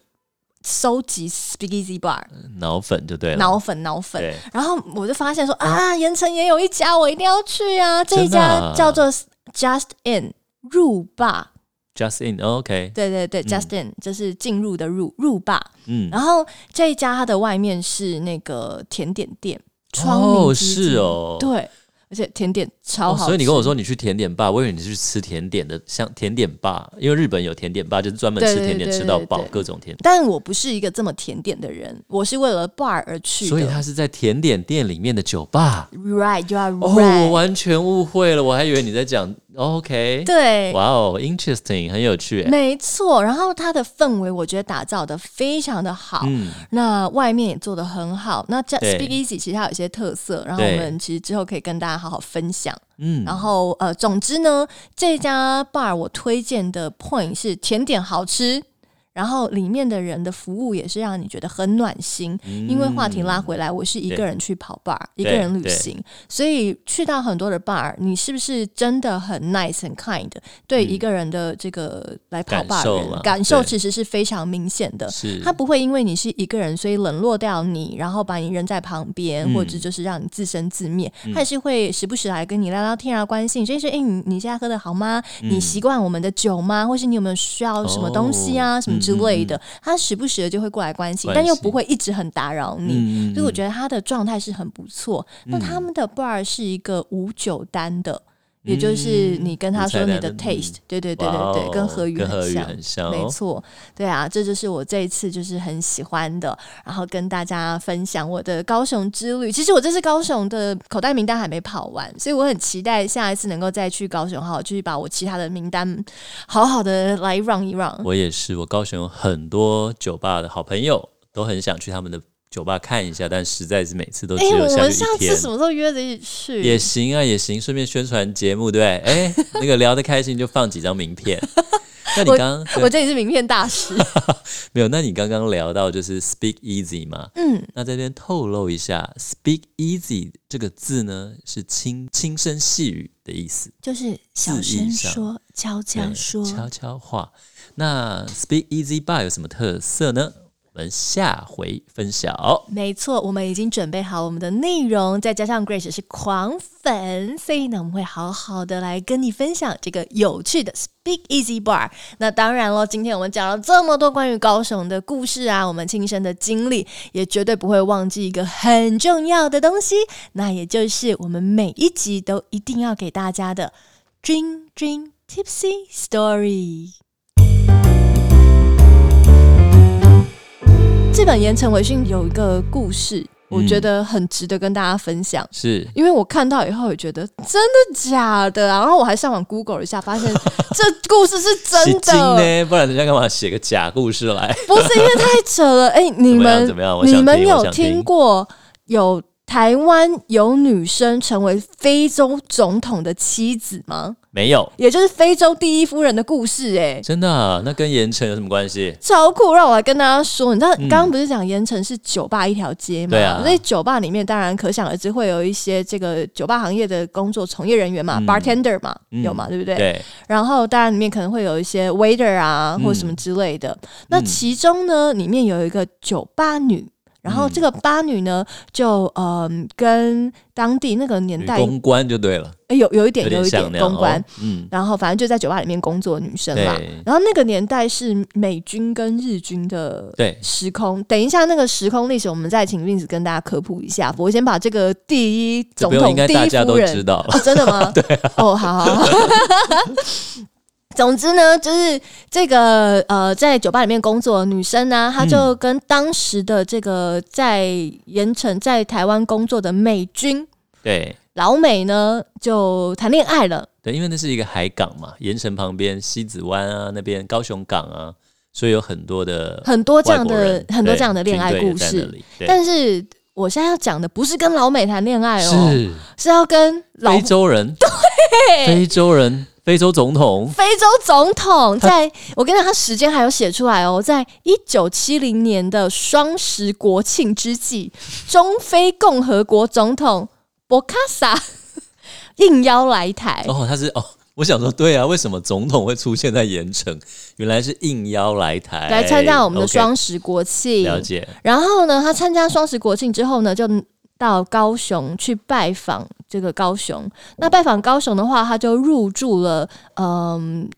[SPEAKER 1] 收集 Speakeasy Bar
[SPEAKER 2] 脑粉就对了，
[SPEAKER 1] 脑粉脑粉，
[SPEAKER 2] 对
[SPEAKER 1] 然后我就发现说啊，盐城也有一家，我一定要去啊！这一
[SPEAKER 2] 真的
[SPEAKER 1] 家
[SPEAKER 2] 啊
[SPEAKER 1] 叫做 Just In 入霸，
[SPEAKER 2] Just in，OK，
[SPEAKER 1] 对对对、j u s t In 就是进入的入入霸。
[SPEAKER 2] 嗯，
[SPEAKER 1] 然后这一家它的外面是那个甜点店，窗明
[SPEAKER 2] 哦
[SPEAKER 1] 几净
[SPEAKER 2] 是，哦，
[SPEAKER 1] 对，而且甜点超
[SPEAKER 2] 哦
[SPEAKER 1] 好吃、
[SPEAKER 2] 所以你跟我说你去甜点吧，我以为你是去吃甜点的，像甜点吧，因为日本有甜点吧，就是专门
[SPEAKER 1] 对
[SPEAKER 2] 吃
[SPEAKER 1] 对
[SPEAKER 2] 甜点
[SPEAKER 1] 对
[SPEAKER 2] 吃到
[SPEAKER 1] 对
[SPEAKER 2] 饱，
[SPEAKER 1] 对
[SPEAKER 2] 各种甜点。
[SPEAKER 1] 但我不是一个这么甜点的人，我是为了 bar 而去的。
[SPEAKER 2] 所以它是在甜点店里面的酒吧。
[SPEAKER 1] right, you are
[SPEAKER 2] 哦，我
[SPEAKER 1] right，、
[SPEAKER 2] 完全误会了，我还以为你在讲 OK。
[SPEAKER 1] 对。
[SPEAKER 2] 哇哦，interesting，很有趣欸。
[SPEAKER 1] 没错，然后它的氛围我觉得打造的非常的好，
[SPEAKER 2] 嗯，
[SPEAKER 1] 那外面也做的很好。那这
[SPEAKER 2] 对
[SPEAKER 1] Speak Easy 其实它有一些特色，然后我
[SPEAKER 2] 对
[SPEAKER 1] 们其实之后可以跟大家好好分享。
[SPEAKER 2] 嗯，
[SPEAKER 1] 然后呃，总之呢，这家 bar 我推荐的 point 是甜点好吃，然后里面的人的服务也是让你觉得很暖心。
[SPEAKER 2] 嗯
[SPEAKER 1] 因为话题拉回来，我是一个人去跑 bar，一个人旅行，所以去到很多的 bar，你是不是真的很 nice 很 kind？对一个人的这个来跑
[SPEAKER 2] 嗯感
[SPEAKER 1] bar 的
[SPEAKER 2] 受
[SPEAKER 1] 人
[SPEAKER 2] 嘛
[SPEAKER 1] 感受
[SPEAKER 2] 对
[SPEAKER 1] 其实是非常明显的。
[SPEAKER 2] 是
[SPEAKER 1] 他不会因为你是一个人，所以冷落掉你，然后把你扔在旁边，
[SPEAKER 2] 嗯
[SPEAKER 1] 或者就是让你自生自灭。他也是会时不时来跟你聊聊天啊，关心你，所以说，哎、
[SPEAKER 2] 嗯
[SPEAKER 1] 你你现在喝的好吗？你习惯我们的酒吗？或是你有没有需要什么东西啊？
[SPEAKER 2] 哦嗯
[SPEAKER 1] 什么之类的，他时不时的就会过来关心，
[SPEAKER 2] 关
[SPEAKER 1] 但又不
[SPEAKER 2] 心
[SPEAKER 1] 会一直很打扰你。
[SPEAKER 2] 嗯
[SPEAKER 1] 所以我觉得他的状态是很不错。那他们的 bar 是一个无酒单的，也就是你跟他说你的
[SPEAKER 2] 嗯
[SPEAKER 1] taste，、对对对对
[SPEAKER 2] 哇
[SPEAKER 1] 对，
[SPEAKER 2] 哦
[SPEAKER 1] 跟和语
[SPEAKER 2] 跟
[SPEAKER 1] 很
[SPEAKER 2] 和语
[SPEAKER 1] 像。
[SPEAKER 2] 很像，哦
[SPEAKER 1] 没，错，对啊，这就是我这一次就是很喜欢的，然后跟大家分享我的高雄之旅。其实我这次高雄的口袋名单还没跑完，所以我很期待下一次能够再去高雄，好好去把我其他的名单好好的来 run 一 run。
[SPEAKER 2] 我也是，我高雄有很多酒吧的好朋友都很想去他们的酒吧看一下，但实在是每次都只
[SPEAKER 1] 哎、
[SPEAKER 2] 有
[SPEAKER 1] 我
[SPEAKER 2] 下
[SPEAKER 1] 们
[SPEAKER 2] 去
[SPEAKER 1] 上
[SPEAKER 2] 一
[SPEAKER 1] 次
[SPEAKER 2] 天。
[SPEAKER 1] 什么时候约着一起去？
[SPEAKER 2] 也行啊，也行，顺便宣传节目，对不 对？哎、那个聊得开心就放几张名片。那你刚刚
[SPEAKER 1] 我
[SPEAKER 2] 对
[SPEAKER 1] 这里是名片大 师。
[SPEAKER 2] 没有？那你刚刚聊到就是 Speak Easy 嘛？
[SPEAKER 1] 嗯，
[SPEAKER 2] 那在这边透露一下，Speak Easy 这个字呢是轻轻声细语的意思。
[SPEAKER 1] 就是小
[SPEAKER 2] 字义
[SPEAKER 1] 声
[SPEAKER 2] 上
[SPEAKER 1] 说，悄悄
[SPEAKER 2] 对
[SPEAKER 1] 说。
[SPEAKER 2] 悄悄话。那 Speak Easy Bar 有什么特色呢？我们下回分晓。
[SPEAKER 1] 没错，我们已经准备好我们的内容，再加上 Grace 是狂粉，所以呢，我们会好好的来跟你分享这个有趣的 Speak Easy Bar。那当然了，今天我们讲了这么多关于高雄的故事啊，我们亲身的经历，也绝对不会忘记一个很重要的东西，那也就是我们每一集都一定要给大家的 Dream Dream Tipsy Story。这本《盐城维讯》有一个故事，我
[SPEAKER 2] 嗯
[SPEAKER 1] 觉得很值得跟大家分享。
[SPEAKER 2] 是
[SPEAKER 1] 因为我看到以后也觉得真的假的啊，然后我还上网 Google 了一下，发现这故事是
[SPEAKER 2] 吸
[SPEAKER 1] 真
[SPEAKER 2] 睛
[SPEAKER 1] 的，
[SPEAKER 2] 呢，不然人家干嘛写个假故事来？
[SPEAKER 1] 不是因为太扯了。哎、你们
[SPEAKER 2] 怎么样？怎么样我想
[SPEAKER 1] 你们
[SPEAKER 2] 听我
[SPEAKER 1] 有
[SPEAKER 2] 想
[SPEAKER 1] 听
[SPEAKER 2] 听
[SPEAKER 1] 过有台湾有女生成为非洲总统的妻子吗？
[SPEAKER 2] 没有？
[SPEAKER 1] 也就是非洲第一夫人的故事、哎，
[SPEAKER 2] 真的啊、那跟盐城有什么关系？
[SPEAKER 1] 超酷！让我来跟大家说，你知道刚刚不是讲盐城是酒吧一条街嘛？
[SPEAKER 2] 嗯对啊
[SPEAKER 1] 所以酒吧里面当然可想而知会有一些这个酒吧行业的工作从业人员嘛、
[SPEAKER 2] 嗯
[SPEAKER 1] b a r t e n d e r 嘛，
[SPEAKER 2] 嗯
[SPEAKER 1] 有嘛，对不对？
[SPEAKER 2] 对，嗯
[SPEAKER 1] 然后当然里面可能会有一些 waiter 啊，或什么之类的。那其中呢，里面有一个酒吧女。然后这个吧女呢，就嗯跟当地那个年
[SPEAKER 2] 女
[SPEAKER 1] 代
[SPEAKER 2] 公关就对了，
[SPEAKER 1] 诶有有一点有
[SPEAKER 2] 有
[SPEAKER 1] 一点
[SPEAKER 2] 像那样。
[SPEAKER 1] 公关
[SPEAKER 2] 哦，嗯，
[SPEAKER 1] 然后反正就在酒吧里面工作的女生嘛
[SPEAKER 2] 对。
[SPEAKER 1] 然后那个年代是美军跟日军的
[SPEAKER 2] 对
[SPEAKER 1] 时空，等一下那个时空历史，我们再请 Vince 跟大家科普一下。我先把这个第一
[SPEAKER 2] 这
[SPEAKER 1] 总
[SPEAKER 2] 不用
[SPEAKER 1] 统
[SPEAKER 2] 应该
[SPEAKER 1] 第
[SPEAKER 2] 大
[SPEAKER 1] 一
[SPEAKER 2] 家
[SPEAKER 1] 夫
[SPEAKER 2] 都知
[SPEAKER 1] 人
[SPEAKER 2] 道啊了。
[SPEAKER 1] 哦，真的 吗？对、哦，好好 好。总之呢，就是这个呃，在酒吧里面工作的女生
[SPEAKER 2] 嗯
[SPEAKER 1] 呢，她就跟当时的这个在盐城在台湾工作的美军
[SPEAKER 2] 对
[SPEAKER 1] 老美呢，就谈恋爱了。
[SPEAKER 2] 对，因为那是一个海港嘛，盐城旁边西子湾啊，那边高雄港啊，所以有很多的
[SPEAKER 1] 很多这样
[SPEAKER 2] 外国
[SPEAKER 1] 的
[SPEAKER 2] 人
[SPEAKER 1] 很多
[SPEAKER 2] 对
[SPEAKER 1] 这样的恋爱
[SPEAKER 2] 军队也
[SPEAKER 1] 故
[SPEAKER 2] 在那
[SPEAKER 1] 事。
[SPEAKER 2] 里。对
[SPEAKER 1] 但是我现在要讲的不是跟老美谈恋爱哦，
[SPEAKER 2] 是
[SPEAKER 1] 是要跟老
[SPEAKER 2] 非洲人，对，非洲人，非洲总统，
[SPEAKER 1] 非洲总统在，我跟你讲，他时间还有写出来哦，在一九七零年的双十国庆之际，中非共和国总统博卡萨 应邀来台。
[SPEAKER 2] 哦，他是哦，我想说，对啊，为什么总统会出现在盐城？原来是应邀来台，
[SPEAKER 1] 来参加我们的
[SPEAKER 2] OK，
[SPEAKER 1] 双十国庆
[SPEAKER 2] 了解，
[SPEAKER 1] 然后呢，他参加双十国庆之后呢，就到高雄去拜访这个高雄。那拜访高雄的话，他就入住了嗯、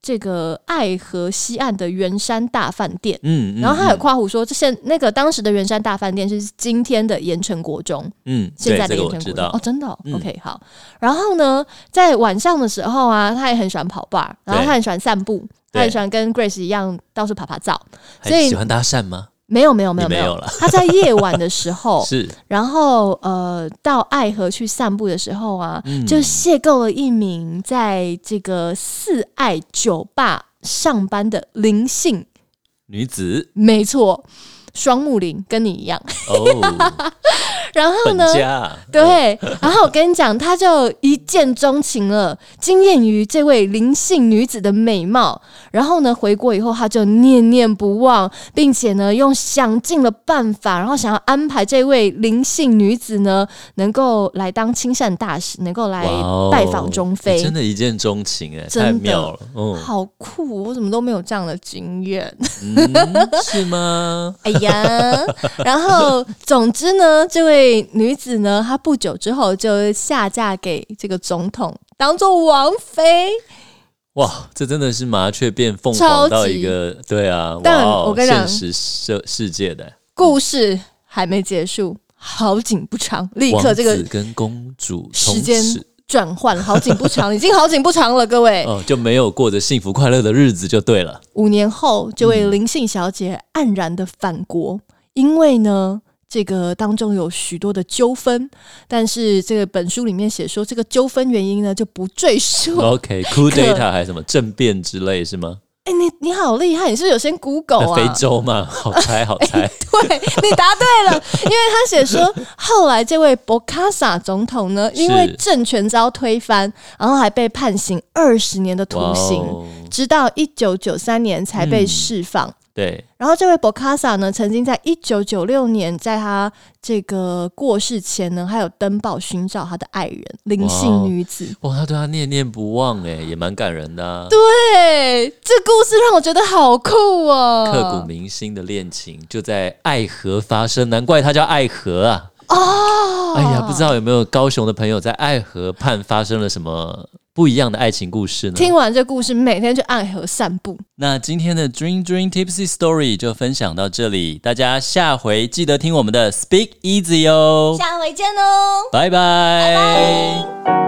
[SPEAKER 1] 这个爱河西岸的圆山大饭店。
[SPEAKER 2] 嗯，嗯
[SPEAKER 1] 然后他有夸胡说，这现那个当时的圆山大饭店是今天的盐城国中，
[SPEAKER 2] 嗯，
[SPEAKER 1] 现在
[SPEAKER 2] 对
[SPEAKER 1] 的
[SPEAKER 2] 这
[SPEAKER 1] 盐
[SPEAKER 2] 个我
[SPEAKER 1] 城
[SPEAKER 2] 知
[SPEAKER 1] 国中
[SPEAKER 2] 道
[SPEAKER 1] 哦，，真的、哦
[SPEAKER 2] 嗯
[SPEAKER 1] o k 好。然后呢，在晚上的时候啊，他也很喜欢跑 bar，然后他很喜欢散步，他很喜欢跟 Grace 一样到处爬爬照。所以
[SPEAKER 2] 很喜欢搭讪吗？
[SPEAKER 1] 没有没有没有
[SPEAKER 2] 你没有
[SPEAKER 1] 有
[SPEAKER 2] 了，，
[SPEAKER 1] 他在夜晚的时候
[SPEAKER 2] 是，
[SPEAKER 1] 然后呃，到爱河去散步的时候啊，
[SPEAKER 2] 嗯
[SPEAKER 1] 就邂逅了一名在这个四爱酒吧上班的林姓，
[SPEAKER 2] 女 子
[SPEAKER 1] 没错，双木林，跟你一样。
[SPEAKER 2] 哦，
[SPEAKER 1] 然后
[SPEAKER 2] 本
[SPEAKER 1] 呢？
[SPEAKER 2] 家
[SPEAKER 1] 对，然后我跟你讲，他就一见钟情了，惊艳于这位林姓女子的美貌。然后呢，回国以后他就念念不忘，并且呢，用想尽了办法，然后想要安排这位林姓女子呢，能够来当亲善大使，能够来
[SPEAKER 2] 哇哦
[SPEAKER 1] 拜访中非。
[SPEAKER 2] 你真的一见钟情哎，
[SPEAKER 1] 真
[SPEAKER 2] 太
[SPEAKER 1] 的
[SPEAKER 2] 妙了，嗯
[SPEAKER 1] 好酷！我怎么都没有这样的经验。
[SPEAKER 2] 嗯，是吗？
[SPEAKER 1] 哎呀，然后总之呢，这位女子呢，她不久之后就下嫁给这个总统，当做王妃。
[SPEAKER 2] 哇，这真的是麻雀变凤凰到一个对啊，
[SPEAKER 1] 但
[SPEAKER 2] 哇哦
[SPEAKER 1] 我跟你讲
[SPEAKER 2] 现实世世界的
[SPEAKER 1] 故事还没结束，好景不长，立刻这个
[SPEAKER 2] 王子跟公主从
[SPEAKER 1] 时间
[SPEAKER 2] 此
[SPEAKER 1] 转换，好景不长，已经好景不长了，各位。
[SPEAKER 2] 哦就没有过着幸福快乐的日子就 对了。
[SPEAKER 1] 五年后，这位林姓小姐黯然的返国，因为呢，这个当中有许多的纠纷，但是这个本书里面写说，这个纠纷原因呢就不赘述。哎、
[SPEAKER 2] OK，coup、data 还是什么政变之类是吗？
[SPEAKER 1] 你你好厉害，你是不是有先 Google
[SPEAKER 2] 那
[SPEAKER 1] 啊？
[SPEAKER 2] 非洲 嘛，好猜好
[SPEAKER 1] 哎
[SPEAKER 2] 猜。
[SPEAKER 1] 对你答对 了，因为他写说，后来这位博卡萨总统呢，因为
[SPEAKER 2] 是
[SPEAKER 1] 政权遭推翻，然后还被判刑二十年的徒
[SPEAKER 2] 哇
[SPEAKER 1] 刑，
[SPEAKER 2] 哦，
[SPEAKER 1] 直到一九九三年才被
[SPEAKER 2] 嗯
[SPEAKER 1] 释放。
[SPEAKER 2] 对，
[SPEAKER 1] 然后这位博卡萨呢，曾经在一九九六年，在他这个过世前呢，还有登报寻找他的爱人林姓女子。
[SPEAKER 2] 哇，哦他对他念念不忘哎，也蛮感人的、啊。
[SPEAKER 1] 对，这故事让我觉得好酷哦，
[SPEAKER 2] 刻骨铭心的恋情就在爱河发生，难怪它叫爱河啊！
[SPEAKER 1] 哦。
[SPEAKER 2] 哎呀，不知道有没有高雄的朋友在爱河畔发生了什么不一样的爱情故事呢？
[SPEAKER 1] 听完这故事，每天去爱河散步。
[SPEAKER 2] 那今天的 Dream Dream Tipsy Story 就分享到这里，大家下回记得听我们的 Speak Easy 哦，
[SPEAKER 1] 下回见哦。
[SPEAKER 2] 拜拜。